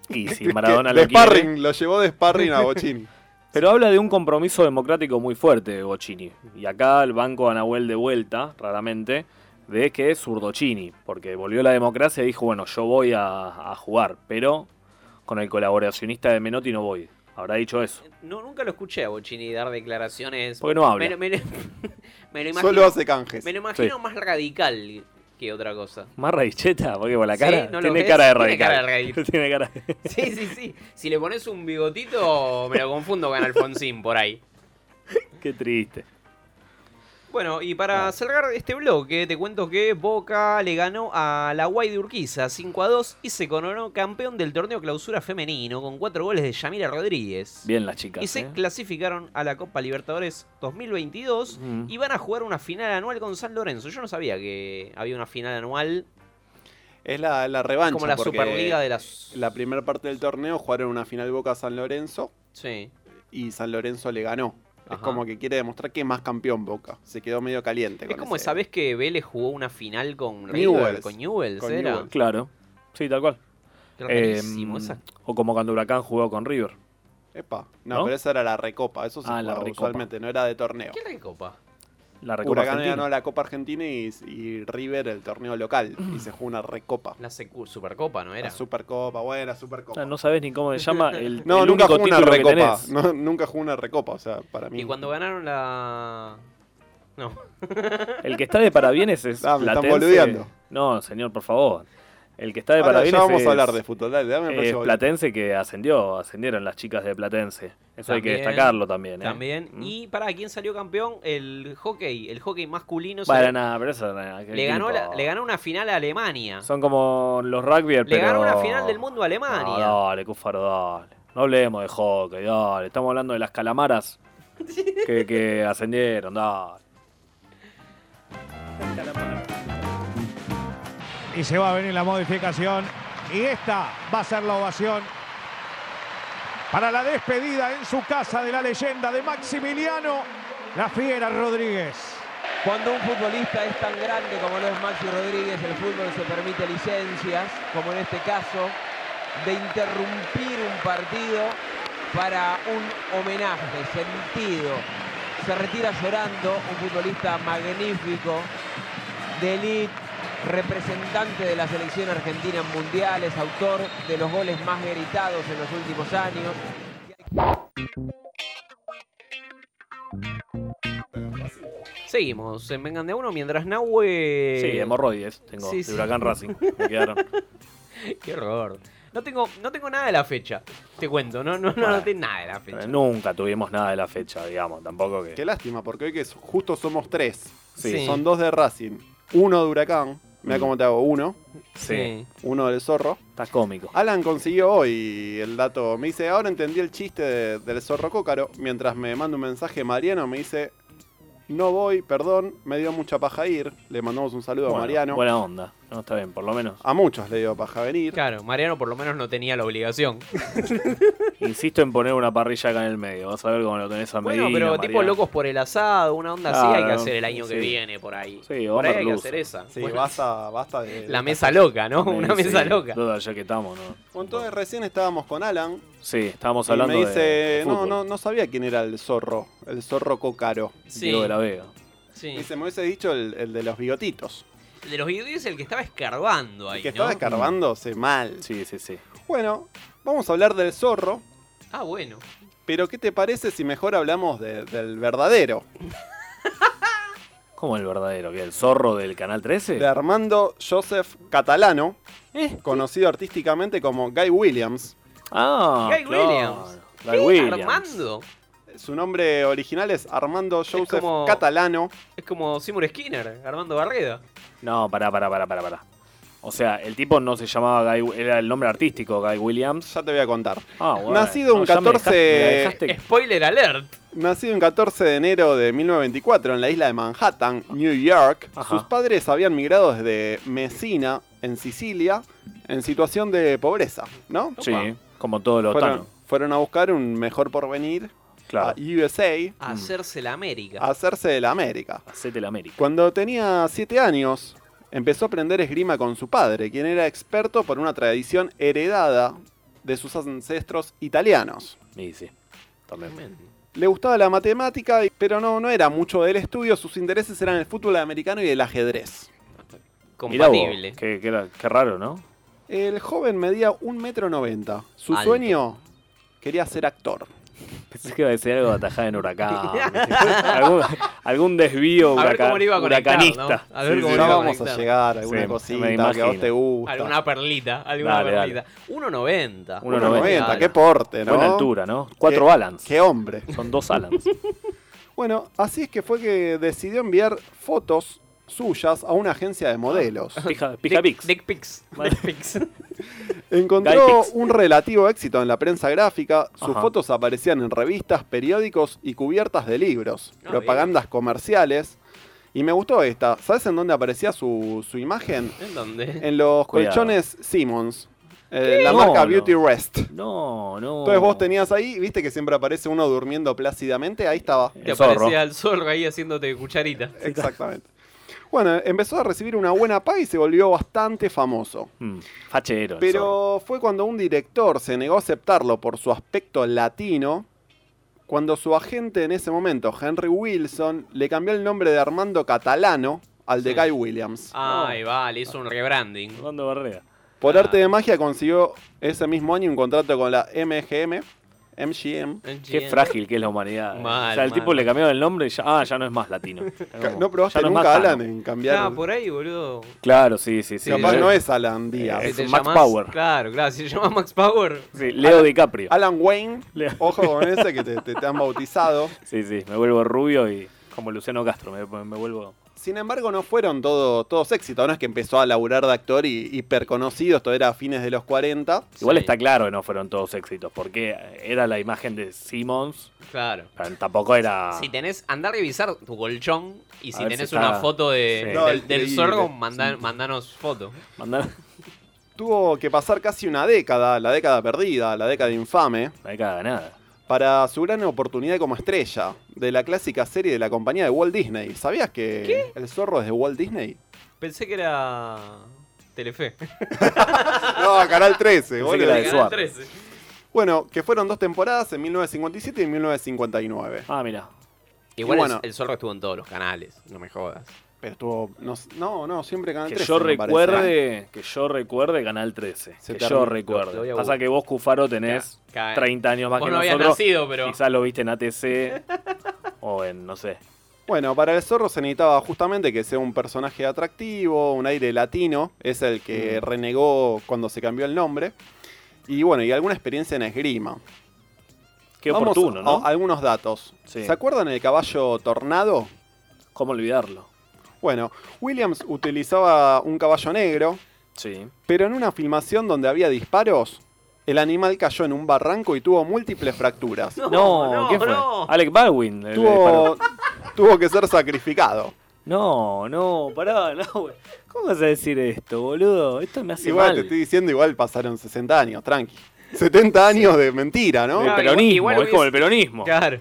S10: Y si
S9: Que-
S10: Maradona
S9: de
S10: lo quiere-
S9: sparring, lo llevó de sparring a Bochini.
S10: Pero habla de un compromiso democrático muy fuerte de Bocini. Y acá el banco a Nahuel de vuelta, raramente, de que es Zurdocini. Porque volvió la democracia y dijo, bueno, yo voy a, a jugar, pero con el colaboracionista de Menotti no voy. Habrá dicho eso.
S8: No, nunca lo escuché a Bocini dar declaraciones.
S10: Porque no habla.
S8: Me, lo- me lo- me lo imagino,
S9: Solo hace canjes.
S8: Me lo imagino
S10: Sí.
S8: más radical que otra cosa.
S10: Más radicheta, porque con la
S8: Sí,
S10: cara
S8: ¿no lo
S10: tiene
S8: ves?
S10: cara de
S8: Tiene
S10: radical.
S8: cara de radical.
S10: Tiene cara de-
S8: Sí, sí, sí. Si le pones un bigotito, me lo confundo con Alfonsín por ahí.
S10: Qué triste.
S8: Bueno, y para cerrar este bloque, te cuento que Boca le ganó a la Guay de Urquiza 5 a 2 y se coronó campeón del torneo clausura femenino con cuatro goles de Yamila Rodríguez.
S10: Bien las chicas.
S8: Y se
S10: ¿eh?
S8: clasificaron a la Copa Libertadores 2022
S10: Mm.
S8: y van a jugar una final anual con San Lorenzo. Yo no sabía que había una final anual.
S9: Es la, la revancha.
S8: Como la
S9: porque
S8: Superliga de las-
S9: La primera parte del torneo jugaron una final Boca San Lorenzo
S8: Sí.
S9: y San Lorenzo le ganó. Es
S8: Ajá.
S9: como que quiere demostrar que es más campeón Boca. Se quedó medio caliente.
S8: Es como esa vez que Vélez jugó una final con River,
S9: Newell's.
S8: con Newell's,
S9: Con
S8: era.
S9: Newell's. Em,
S10: Claro. Sí, tal cual.
S8: Qué rarísimo,
S10: Eh,
S8: esa-
S10: O como cuando Huracán jugó con River.
S9: Epa. No,
S10: ¿No?
S9: pero esa era la recopa. Eso se
S10: Ah, la
S9: jugaba
S10: recopa.
S9: usualmente, no era de torneo.
S8: ¿Qué recopa?
S10: La Recopa
S9: Huracán
S10: Argentina.
S9: ganó la Copa Argentina y, y River el torneo local. Y se jugó una recopa.
S8: La secu- Supercopa, ¿no era?
S9: La Supercopa, buena Supercopa.
S10: Ah, No sabes ni cómo se llama el,
S9: No,
S10: el
S9: nunca
S10: único
S9: jugó una
S10: título que
S9: recopa.
S10: tenés.
S9: No, nunca jugó una recopa, o sea, para mí.
S10: Mm.
S8: Y cuando ganaron la... No.
S10: El que está de parabienes es
S9: Ah, me están
S10: Platense.
S9: boludeando.
S10: No, señor, por favor. El que está de
S9: Ahora ya
S10: parabienes
S9: vamos
S10: es,
S9: a hablar de fútbol, dale, dame el
S10: es
S9: próximo bloque.
S10: Platense que ascendió, ascendieron las chicas de Platense. Eso hay que
S8: También,
S10: destacarlo también. ¿eh?
S8: También. Y para ¿quién salió campeón? El hockey. El hockey masculino.
S10: Para
S8: salió-
S10: nada, pero eso nada, que
S8: le, ganó
S10: tipo-
S8: la- le ganó una final a Alemania.
S10: Son como los rugby, pero...
S8: Le ganó una final del mundo a
S10: No,
S8: Alemania.
S10: dale, Cufaro, dale. No hablemos de hockey, dale. Estamos hablando de las calamaras que, que ascendieron, dale.
S16: y se va a venir la modificación. Y esta va a ser la ovación para la despedida en su casa de la leyenda de Maximiliano La Fiera Rodríguez.
S17: Cuando un futbolista es tan grande como lo es Maxi Rodríguez, el fútbol se permite licencias, como en este caso, de interrumpir un partido para un homenaje sentido. Se retira llorando un futbolista magnífico, de elite, representante de la selección argentina en mundiales, autor de los goles más gritados en los últimos años.
S8: Seguimos en Vengan de a Uno mientras Nahue...
S10: Sí, hemorroides tengo,
S8: Sí,
S10: de
S8: sí.
S10: Huracán Racing. Me quedaron.
S8: Qué horror. No tengo, no tengo nada de la fecha. Te cuento, no, no, no,
S10: Bueno.
S8: tengo nada de la fecha.
S10: Eh, Nunca tuvimos nada de la fecha, digamos, tampoco que...
S9: Qué lástima, porque hoy que es- justo somos tres.
S10: Sí. Sí.
S9: Son dos de Racing, uno de Huracán. Mira
S10: Mm.
S9: cómo te hago, uno.
S10: Sí.
S9: Uno del Zorro.
S10: Está cómico.
S9: Alan consiguió hoy el dato. Me dice, ahora entendí el chiste de- del Zorro Cócaro. Mientras me manda un mensaje, Mariano me dice, no voy, perdón, me dio mucha paja ir. Le mandamos un saludo
S10: Bueno,
S9: a Mariano. Ah.
S10: Buena onda. No, está bien, por lo menos.
S9: A muchos le dio paja venir.
S8: Claro, Mariano por lo menos no tenía la obligación.
S10: Insisto en poner una parrilla acá en el medio. Vas a ver cómo lo tenés a
S8: Bueno,
S10: Medina,
S8: pero tipo
S10: Mariano.
S8: locos por el asado, una onda así
S10: Claro,
S8: hay que hacer el año que
S10: sí.
S8: viene por ahí.
S10: Sí,
S8: por ahí
S10: Overloose.
S8: hay que hacer esa.
S9: Sí,
S8: Bueno,
S9: basta, basta de.
S8: La mesa loca, ¿no?
S10: Sí,
S8: Una mesa
S10: sí.
S8: loca.
S10: Duda, ya que estamos, ¿no?
S9: Entonces recién estábamos con Alan.
S10: Sí, estábamos
S9: y
S10: hablando
S9: me
S10: de-
S9: dice,
S10: de,
S9: no,
S10: fútbol.
S9: no, no sabía quién era el zorro, el zorro cocaro.
S8: Sí. Diego de la
S10: Vega.
S9: Dice, me hubiese dicho el, el de los bigotitos.
S8: De los videos el que estaba escarbando ahí.
S9: Que estaba
S8: ¿no?
S9: escarbándose mal.
S10: Mm. Sí, sí, sí.
S9: Bueno, vamos a hablar del zorro,
S8: Ah, bueno.
S9: pero ¿qué te parece si mejor hablamos de- del verdadero?
S10: ¿Cómo el verdadero? ¿Que el zorro del Canal 13?
S9: De Armando Joseph Catalano,
S10: Eh.
S9: conocido artísticamente como Guy Williams.
S10: Ah,
S8: Guy
S10: claro.
S8: Williams.
S9: Guy
S8: ¿Qué?
S9: Williams.
S8: Armando.
S9: Su nombre original es Armando Joseph
S8: como-
S9: Catalano.
S8: Es como Seymour Skinner, Armando Barreda.
S10: No, pará, pará, pará, pará, pará. O sea, el tipo no se llamaba Guy, era el nombre artístico, Guy Williams.
S9: Ya te voy a contar.
S10: Ah, bueno.
S9: Nacido un
S10: No, ya me dejaste-
S9: 14
S10: me dejaste-
S8: Spoiler alert.
S9: Nacido un 14 de enero de 1924 en la isla de Manhattan, New York,
S10: Ajá.
S9: sus padres habían migrado desde Messina, en Sicilia, en situación de pobreza, ¿no?
S10: Sí, como todos los
S9: Fueron,
S10: tanos.
S9: fueron a buscar un mejor porvenir
S10: Claro. Ah,
S9: a USA,
S8: Hacerse la América.
S9: a hacerse de la América.
S10: Hacete la América.
S9: Cuando tenía 7 años, empezó a aprender esgrima con su padre, quien era experto por una tradición heredada de sus ancestros italianos.
S10: Y sí, también.
S9: Le gustaba la matemática, y- pero no, no era mucho del estudio. Sus intereses eran el fútbol americano y el ajedrez.
S10: Mirá vos,
S8: Compatible.
S10: Qué, qué era- qué raro, ¿no?
S9: El joven medía 1,90 m. Su
S10: Alto.
S9: sueño quería ser actor.
S10: Pensé que iba a decir algo de atajada en huracán. algún, algún desvío
S8: A ver
S10: huraca-
S8: cómo le iba a conectar,
S10: huracanista.
S8: ¿no? A ver cómo
S9: ya
S8: le iba a
S9: vamos a
S8: conectar.
S9: llegar a alguna
S10: Sí, me
S9: cosita que a vos
S10: imagino.
S9: te gusta.
S8: Alguna perlita, alguna
S10: Dale,
S8: perlita. 1.90.
S9: 1,90, qué
S8: Claro.
S9: porte, ¿no?
S10: Buena altura, ¿no? Cuatro
S9: Qué-
S10: balance.
S9: Qué hombre.
S10: Son dos Alans.
S9: Bueno, así es que fue que decidió enviar fotos suyas a una agencia de modelos.
S10: Pija, pija Pix.
S8: Dick pics. Dick pics.
S9: Encontró
S10: Guy Fix.
S9: un relativo éxito en la prensa gráfica. Sus
S10: Ajá.
S9: fotos aparecían en revistas, periódicos y cubiertas de libros,
S10: Ah,
S9: propagandas comerciales. Y me gustó esta. ¿Sabes en dónde aparecía su, su imagen?
S8: ¿En dónde?
S9: En los
S10: Cuidado.
S9: colchones Simmons, eh,
S10: ¿Qué?
S9: la
S10: No,
S9: marca
S10: no. Oh.
S9: Beauty Rest.
S10: No, no.
S9: Entonces vos tenías ahí, viste que siempre aparece uno durmiendo plácidamente. Ahí estaba.
S8: Te aparecía el zorro ahí haciéndote cucharita.
S9: Exactamente. Bueno, empezó a recibir una buena paga y se volvió bastante famoso.
S10: Mm, fachero. el zorro.
S9: Pero fue cuando un director se negó a aceptarlo por su aspecto latino, cuando su agente en ese momento, Henry Wilson, le cambió el nombre de Armando Catalano al de
S8: Sí.
S9: Guy Williams.
S10: Ah,
S8: Ay, vale, hizo un rebranding.
S10: Armando Barrera.
S9: Por arte de magia consiguió ese mismo año un contrato con la MGM. MGM.
S10: Qué frágil que es la humanidad. eh.
S8: Mal,
S10: o sea, el
S8: mal.
S10: tipo le cambiaron el nombre y ya, ah, ya no es más latino.
S9: Ca- No probaste
S10: oh. Ya no es
S9: nunca
S10: más pues.
S9: Alan
S10: sano.
S9: en cambiar.
S8: Ah, por ahí, boludo.
S10: Claro, sí, sí, sí.
S9: Capaz
S10: Sí.
S9: no es Alan Díaz.
S10: Eh, Es
S8: Si te
S10: Max
S8: llamás-
S10: Power.
S8: Claro, claro. Si te llamas Max Power.
S10: Sí, Leo DiCaprio.
S9: Alan Wayne.
S10: Leo-
S9: Ojo con ese que te- te- te han bautizado.
S10: Sí, sí, me vuelvo rubio y como Luciano Castro, me, me vuelvo...
S9: Sin embargo, no fueron todo, todos éxitos. No es que empezó a laburar de actor y hiperconocido. Esto era a fines de los 40.
S10: Igual está claro que no fueron todos éxitos, porque era la imagen de Simmons,
S8: Claro.
S10: pero tampoco era...
S8: Si tenés, andá a revisar tu colchón y
S10: Ah. A
S8: si
S10: ver
S8: tenés
S10: si
S8: una
S10: está-
S8: foto de,
S10: Sí.
S8: del-
S10: No,
S8: del,
S9: increíble.
S8: zorro, mandá- mandanos foto.
S10: Mandar
S9: Tuvo que pasar casi una década, la década perdida, la década infame,
S10: la década ganada.
S9: para su gran oportunidad como estrella de la clásica serie de la compañía de Walt Disney. ¿Sabías que el zorro es de Walt Disney?
S8: Pensé que era Telefe.
S9: No, Canal 13.
S10: Pensé que
S9: boludo.
S10: era de
S8: Canal
S10: Suar.
S8: 13.
S9: Bueno, que fueron dos temporadas en 1957 y 1959.
S10: Ah, mira.
S8: Igual
S9: Y bueno.
S8: el, el zorro estuvo en todos los canales, no me jodas.
S9: Pero estuvo... No, no, no, siempre Canal
S10: Que
S9: 13.
S10: yo
S9: me parece.
S10: recuerde, que yo recuerde Canal 13.
S9: Se
S10: que
S9: te
S10: yo
S9: arruinó.
S10: recuerde.
S8: Lo- lo voy a
S10: Pasa
S8: buscar.
S10: que vos, Cufaro, tenés
S8: Ca- ca-
S10: 30 años más
S8: Vos
S10: que
S8: no habías
S10: nosotros.
S8: nacido, pero-
S10: Quizás lo viste en ATC o en, no sé.
S9: Bueno, para el zorro se necesitaba justamente que sea un personaje atractivo, un aire latino, es el
S10: Mm.
S9: que renegó cuando se cambió el nombre. Y bueno, y alguna experiencia en esgrima.
S10: Qué
S9: Vamos
S10: oportuno, ¿no?
S9: a algunos datos.
S10: Sí.
S9: ¿Se acuerdan el caballo tornado?
S10: ¿Cómo olvidarlo?
S9: Bueno, Williams utilizaba un caballo negro,
S10: Sí.
S9: pero en una filmación donde había disparos, el animal cayó en un barranco y tuvo múltiples fracturas.
S10: No, ¿qué fue? Alec Baldwin. le- le disparó.
S9: Tuvo, tuvo que ser sacrificado.
S10: No, no, pará, no, güey. ¿Cómo vas a decir esto, boludo? Esto me hace
S9: Igual
S10: mal.
S9: te estoy diciendo, igual pasaron 60 años, tranqui. 70 años de mentira, ¿no?
S10: De Claro, peronismo,
S8: Ah,
S10: igual- igual es como el hubiese- peronismo.
S8: Claro.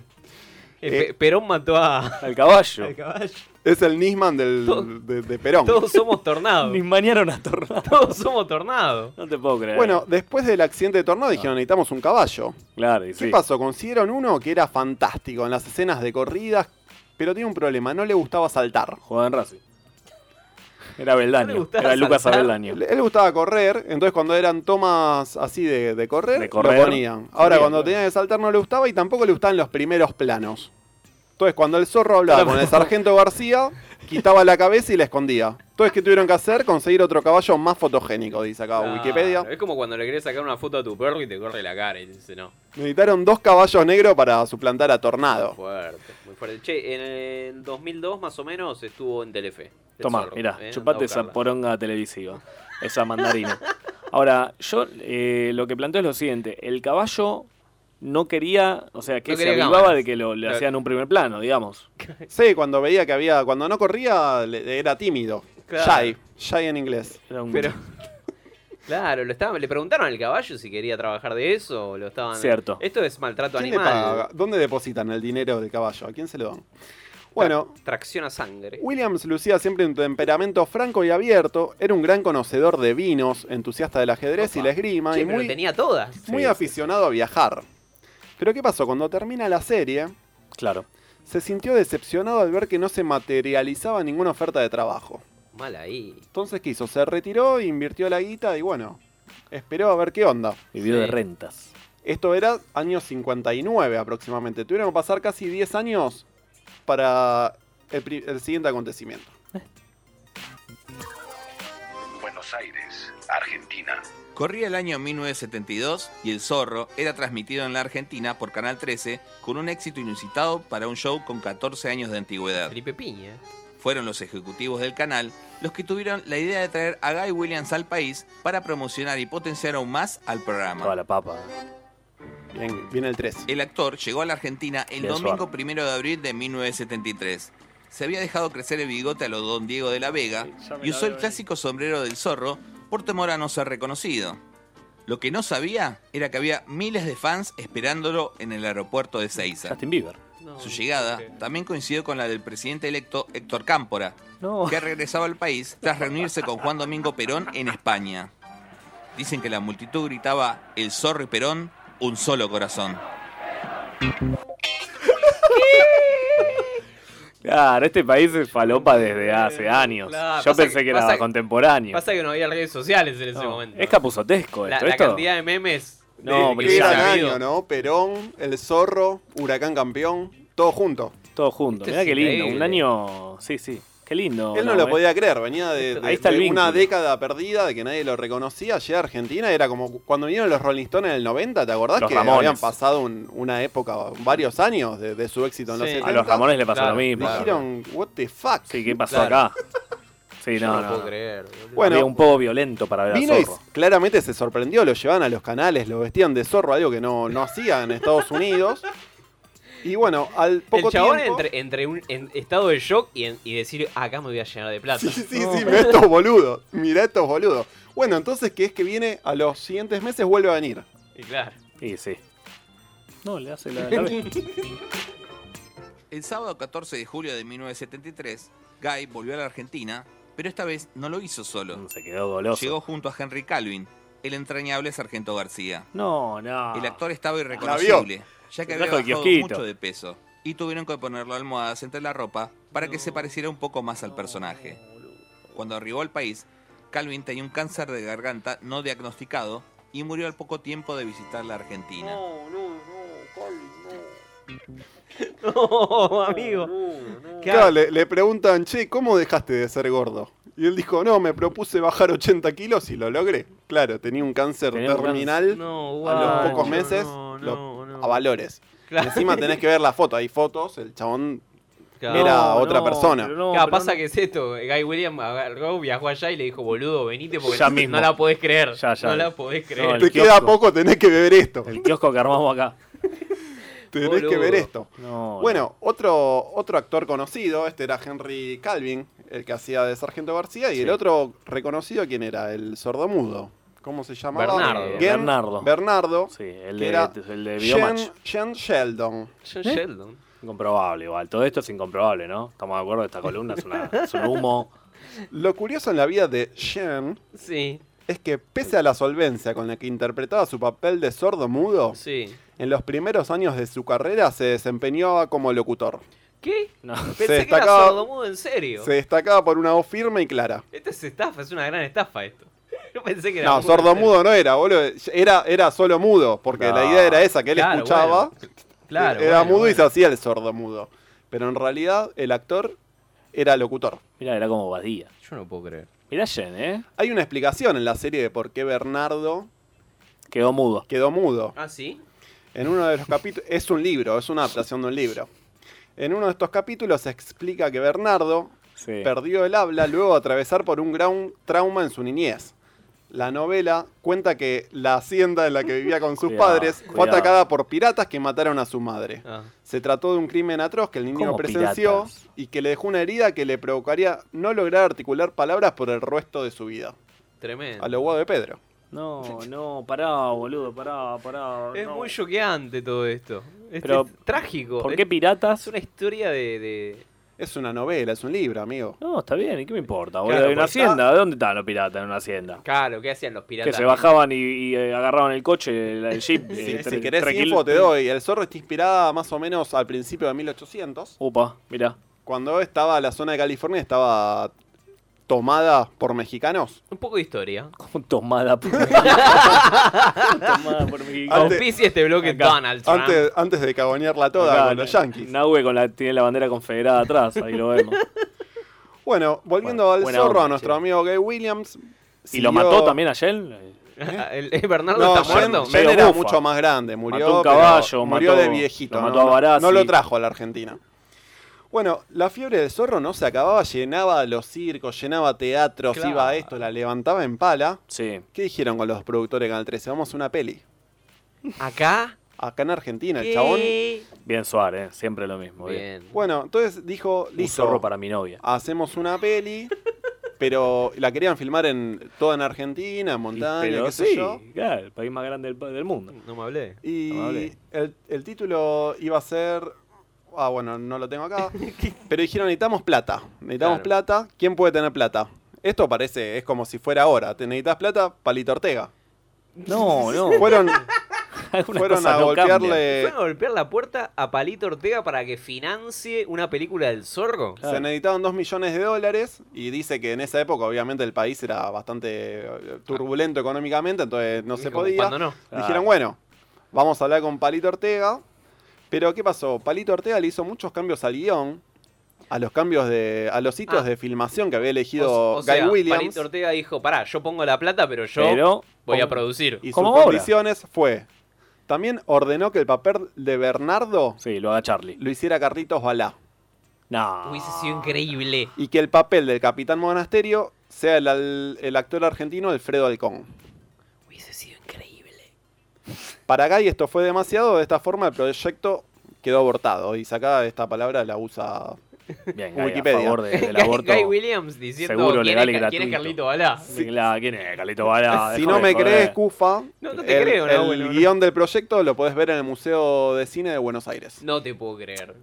S8: Eh, Pe- Perón mató a...
S10: Al caballo.
S8: al caballo.
S9: Es el Nisman del, de, de Perón.
S8: Todos somos tornados.
S10: Ni mañaron a tornado.
S8: Todos somos tornados.
S10: No te puedo creer.
S9: Bueno, después del accidente de tornado dijeron, necesitamos un caballo.
S10: Claro, y
S9: ¿Qué
S10: Ah. sí.
S9: pasó? Consiguieron uno que era fantástico en las escenas de corridas, pero tiene un problema, no le gustaba saltar.
S10: Jugaba en Racing. Era Beldaño. Era Lucas Abeldaño.
S9: Él le gustaba correr, entonces cuando eran tomas así de, de correr,
S10: De correr.
S9: lo ponían. Ahora
S10: Sí,
S9: cuando
S10: claro.
S9: tenía que saltar no le gustaba y tampoco le gustaban los primeros planos. Entonces cuando el zorro hablaba
S10: Pará,
S9: con el
S10: pará.
S9: sargento García, quitaba la cabeza y la escondía. Entonces, ¿qué tuvieron que hacer? Conseguir otro caballo más fotogénico, dice acá
S8: Claro,
S9: Ah, Wikipedia.
S8: Es como cuando le querés sacar una foto a tu perro y te corre la cara y dice no.
S9: Necesitaron dos caballos negros para suplantar a Tornado.
S8: Fuerte, muy fuerte. Che, en el 2002 más o menos estuvo en Telefe. El
S10: Tomá,
S8: zorro,
S10: mirá,
S8: ¿eh? Andá
S10: chupate
S8: a
S10: esa
S8: buscarla.
S10: poronga televisiva, esa mandarina. Ahora, yo eh, lo que planteo es lo siguiente: el caballo no quería, o sea, que
S9: No
S10: se
S9: quería
S10: avivaba
S9: cámaras.
S10: de que lo, le
S9: Claro.
S10: hacían un primer plano, digamos.
S9: Sí, cuando veía que había. Cuando no corría, le- era tímido.
S8: Claro.
S9: Shy. Shy en inglés.
S8: Pero- Claro, lo estaban, le preguntaron al caballo si quería trabajar de eso o lo estaban.
S9: Cierto.
S8: Esto es maltrato
S9: ¿Quién le
S8: animal.
S9: paga? ¿Dónde depositan el dinero del caballo? ¿A quién se lo dan? Bueno,
S8: Tracción a sangre.
S9: Williams lucía siempre un temperamento franco y abierto. Era un gran conocedor de vinos, entusiasta del ajedrez y la esgrima.
S8: Che,
S9: y
S8: pero
S9: muy,
S8: tenía todas.
S9: muy
S8: Sí,
S9: aficionado a viajar. Pero ¿qué pasó? Cuando termina la serie.
S10: Claro.
S9: Se sintió decepcionado al ver que no se materializaba ninguna oferta de trabajo.
S8: Mal ahí.
S9: Entonces, ¿qué hizo? Se retiró, invirtió la guita y bueno, esperó a ver qué onda.
S10: Vivió de rentas.
S9: Esto era año 59 aproximadamente. Tuvieron que pasar casi 10 años para el, pri- el siguiente acontecimiento.
S18: Buenos Aires, Argentina.
S19: Corría el año 1972 y El Zorro era transmitido en la Argentina por Canal 13 con un éxito inusitado para un show con 14 años de antigüedad.
S8: Felipe Piña.
S19: Fueron los ejecutivos del canal los que tuvieron la idea de traer a Guy Williams al país para promocionar y potenciar aún más al programa.
S10: la papa.
S9: viene el 3.
S19: El actor llegó a la Argentina el
S10: Bien,
S19: domingo primero de abril de 1973. Se había dejado crecer el bigote a lo Don Diego de la Vega
S18: me
S19: y
S18: la
S19: usó el
S18: veo
S19: clásico sombrero del zorro por temor a no ser reconocido. Lo que no sabía era que había miles de fans esperándolo en el aeropuerto de Seiza. Su llegada también coincidió con la del presidente electo Héctor Cámpora, que regresaba al país tras reunirse con Juan Domingo Perón en España. Dicen que la multitud gritaba El zorro y Perón, un solo corazón.
S10: Claro, este país es falopa desde hace años.
S8: Eh, Claro,
S10: Yo
S8: pasa
S10: pensé
S8: que-
S10: que, era
S8: pasa que-
S10: contemporáneo.
S8: Pasa que no había redes sociales en ese
S10: No,
S8: momento.
S10: Es capuzotesco
S8: La,
S10: esto.
S8: la
S10: esto-
S8: cantidad de memes.
S10: No,
S9: Eh,
S10: brillante.
S9: qué gran
S10: Ha
S9: año,
S10: habido.
S9: ¿no? Perón, El Zorro, Huracán Campeón, todo junto.
S10: Todo junto.
S9: Esto
S10: Mirá
S9: Este
S10: qué
S9: es
S10: lindo.
S9: increíble.
S10: Un año. Sí, sí. Qué lindo. ¿Eh?
S9: Él no lo podía creer, venía de, de-
S10: Ahí está el
S9: de una
S10: vínculo.
S9: década perdida de que nadie lo reconocía. Allá a Argentina era como cu- cuando vinieron los Rolling Stones en el 90, ¿te acordás
S10: Los
S9: que
S10: Ramones.
S9: habían pasado un- una época, varios años de, de su éxito en los
S10: Sí.
S9: 70?
S10: A los Ramones le pasó lo mismo.
S9: Dijeron, what the fuck.
S10: Sí, ¿qué pasó
S9: Claro.
S10: acá? Sí,
S9: Yo
S10: no,
S9: no
S10: no,
S9: puedo
S10: no.
S8: creer.
S9: Bueno.
S10: Había un poco violento para ver al
S9: Vino y
S10: zorro.
S9: claramente se sorprendió, lo llevaban a los canales, lo vestían de zorro, algo que no, no hacían en Estados Unidos. Y bueno, al poco
S8: el chabón
S9: tiempo...
S8: entre, entre un en estado de shock y, en- y decir, "Ah, acá me voy a llenar de plata.
S9: Sí, sí, sí, mirá estos boludos, mirá estos boludos. Bueno, entonces, ¿qué es que viene? A los siguientes meses vuelve a venir.
S8: Y claro.
S10: Y sí. No, le hace
S9: la- la B.
S19: El sábado 14 de julio de 1973, Guy volvió a la Argentina, pero esta vez no lo hizo solo.
S10: Se quedó goloso.
S19: Llegó junto a Henry Calvin, el entrañable sargento García.
S10: No, no.
S19: El actor estaba
S10: La
S19: irreconocible,
S10: vio.
S19: ya que
S10: Se
S19: había
S10: trajo el
S19: bajado
S10: kiosquito.
S19: mucho de peso, y tuvieron que ponerle almohadas entre la ropa para que se pareciera un poco más al personaje. Cuando arribó al país, Calvin tenía un cáncer de garganta no diagnosticado y murió al poco tiempo de visitar la Argentina.
S8: No, amigo.
S9: Uh. Claro, le, le preguntan, che, ¿cómo dejaste de ser gordo? Y él dijo, no, me propuse bajar 80 kilos y lo logré. Claro, tenía un cáncer
S10: Tenía un cáncer.
S9: terminal
S8: No,
S9: a
S10: guacho,
S9: los pocos meses, lo- a valores. Y encima tenés que ver la foto, hay fotos, el chabón
S8: Claro.
S9: era
S8: No,
S9: otra
S8: no,
S9: persona.
S8: pero no, Claro, pasa que es esto. Guy Williams agarró, viajó allá y le dijo, boludo, venite porque
S10: Ya
S8: no,
S10: mismo.
S8: no la podés creer.
S10: Ya, ya.
S8: No la podés
S10: No,
S8: creer.
S10: el
S9: Te queda poco, tenés que beber esto.
S10: El kiosco que armamos acá.
S9: Tenés
S10: Boludo.
S9: que ver esto.
S10: No,
S9: bueno, Otro, otro actor conocido, este era Henry Calvin, el que hacía de Sargento García, y
S10: Sí.
S9: el otro reconocido, ¿quién era? El sordomudo. ¿Cómo se llamaba?
S10: Bernardo.
S9: Gen-
S10: Bernardo.
S9: Bernardo.
S10: Sí, el
S9: que
S10: de- este,
S9: era
S10: el de
S9: Gen-
S10: Biomatch.
S9: Gen Sheldon.
S10: ¿Eh? Incomprobable, igual. Todo esto es incomprobable, ¿no? Estamos de acuerdo, esta columna es, una- es un humo.
S9: Lo curioso en la vida de Shen es que pese a la solvencia con la que interpretaba su papel de sordo mudo,
S8: Sí.
S9: en los primeros años de su carrera se desempeñaba como locutor.
S8: ¿Qué?
S9: Se
S8: Pensé que era
S9: destacaba-
S8: sordomudo en serio.
S9: Se destacaba por una voz firme y clara.
S8: Esta es estafa, es una gran estafa esto. Yo pensé que era.
S9: No,
S8: mudo en
S9: sordo
S8: serio.
S9: mudo no era, boludo. Era, era solo mudo, porque
S10: No.
S9: la idea era esa, que él
S10: Claro,
S9: escuchaba,
S10: bueno. Claro,
S9: era
S10: bueno,
S9: mudo y
S10: bueno.
S9: se hacía el sordo mudo. Pero en realidad el actor era locutor.
S10: Mira, era como Badía.
S8: Yo no puedo creer.
S10: Mirá Jen, ¿eh?
S9: Hay una explicación en la serie de por qué Bernardo
S10: quedó mudo.
S9: Quedó mudo.
S8: Ah, sí.
S9: En uno de los capítulos. Es un libro, es una adaptación de un libro. En uno de estos capítulos se explica que Bernardo perdió el habla luego de atravesar por un gran trauma en su niñez. La novela cuenta que la hacienda en la que vivía con sus
S10: Cuidado,
S9: padres fue
S10: cuidado.
S9: atacada por piratas que mataron a su madre.
S8: Ah.
S9: Se trató de un crimen atroz que el niño
S10: ¿Cómo
S9: presenció
S10: piratas?
S9: y que le dejó una herida que le provocaría no lograr articular palabras por el resto de su vida.
S8: Tremendo.
S9: A lo guado de Pedro.
S10: No, no, pará, boludo, pará, pará.
S8: Es
S10: no.
S8: muy choqueante todo esto. Es,
S9: Pero,
S8: es trágico.
S9: ¿por qué
S8: Es-
S10: piratas?
S8: Es una historia de. de-
S9: Es una novela, es un libro, amigo.
S10: No, está bien, ¿y qué me importa, boludo?
S8: Claro,
S10: Hay una
S8: pues,
S10: hacienda, ¿de dónde estaban los piratas en una hacienda?
S8: Claro, ¿qué hacían los piratas?
S10: Que se bajaban y, y, eh, agarraban el coche, el, el jeep.
S9: Si,
S10: eh,
S9: si
S10: tre-
S9: querés
S10: tre-
S9: info, te
S10: tre-
S9: doy. El zorro está inspirada más o menos al principio de 1800.
S10: Upa, mirá.
S9: Cuando estaba la zona de California, estaba tomada por mexicanos.
S8: Un poco de historia.
S10: Como tomada por Tomada por mi-
S8: Auspicia este bloque
S10: Acá.
S8: Donald Trump.
S9: Antes, antes de cagonearla toda
S10: Acá,
S9: con los
S10: Na-
S9: yankees.
S10: Nahue con la, tiene la bandera confederada atrás, ahí lo vemos.
S9: Bueno, volviendo al
S10: buena
S9: zorro,
S10: onda,
S9: a nuestro
S10: che.
S9: amigo Gay Williams.
S10: ¿Y lo mató también a Shell?
S8: El, el Bernardo
S9: No,
S8: está
S9: Jen,
S8: muerto.
S9: Jen era mucho más grande. Murió,
S10: Mató un
S9: pero
S10: caballo,
S9: murió
S10: mató-
S9: de viejito.
S10: lo
S9: no-
S10: mató a
S9: no-
S10: Barassi.
S9: no lo trajo a la Argentina. Bueno, la fiebre del zorro no se acababa, llenaba los circos, llenaba teatros,
S10: Claro.
S9: iba a esto, la levantaba en pala.
S10: Sí.
S9: ¿Qué dijeron con los productores de Canal 13? Vamos a una peli.
S8: ¿Acá?
S9: Acá en Argentina,
S8: Eh,
S9: el chabón.
S10: Bien Suárez, eh, siempre lo mismo. Bien.
S9: Bueno, entonces dijo,
S10: Un
S9: listo,
S10: zorro para mi novia.
S9: hacemos una peli, pero la querían filmar en toda en Argentina, en montaña,
S10: Pero
S9: qué sé
S10: sí,
S9: yo.
S10: claro, el país más grande del, pa- del mundo.
S8: No me hablé.
S9: Y
S10: Amable.
S9: el, el título iba a ser. Ah, bueno, no lo tengo acá. pero dijeron: necesitamos plata. Necesitamos plata. ¿Quién puede tener plata? Esto parece, es como si fuera ahora. ¿Te necesitas plata? Palito Ortega.
S10: No, no.
S9: Fueron,
S10: Algunas
S9: fueron
S10: cosas
S9: a
S10: no
S9: golpearle.
S8: ¿Fueron a golpear la puerta a Palito Ortega para que financie una película del zorro?
S9: Se necesitaban 2 millones de dólares y dice que en esa época obviamente el país era bastante eh, turbulento económicamente, entonces no se
S8: Ah. como
S9: podía.
S8: cuando no.
S9: Dijeron,
S8: Claro.
S9: bueno, vamos a hablar con Palito Ortega. Pero ¿qué pasó? Palito Ortega le hizo muchos cambios al guión, a los cambios de. a los hitos
S8: Ah.
S9: de filmación que había elegido
S8: O
S9: Guy
S8: sea,
S9: Williams.
S8: Palito Ortega dijo, pará, yo pongo la plata, pero yo
S9: Pero-
S8: voy a producir.
S9: Y sus condiciones fue. También ordenó que el papel de Bernardo
S10: lo haga Charlie.
S9: Lo hiciera Carlitos Balá.
S10: No.
S8: Hubiese sido increíble.
S9: Y que el papel del Capitán Monasterio sea el, al- el actor argentino Alfredo Alcón.
S8: Hubiese sido increíble.
S9: Para Guy esto fue demasiado, de esta forma el proyecto quedó abortado. Y sacada esta palabra la usa
S10: Bien, Guy, a
S9: Wikipedia.
S10: favor de- del
S8: Guy-
S10: aborto.
S8: Guy Williams diciendo
S10: Seguro,
S8: ¿quién,
S10: legal
S8: es,
S10: y
S8: Ca- quién es
S10: gratuito.
S8: Carlito Balá.
S10: Sí, claro, ¿quién es Carlito Balá?
S9: si
S10: Dejame
S9: no me
S10: de Ah, joder.
S9: crees, Cufa,
S8: No, no te
S9: el,
S8: creo, no,
S9: el
S8: bueno, no.
S9: guión del proyecto lo podés ver en el Museo de Cine de Buenos Aires.
S8: No te puedo creer.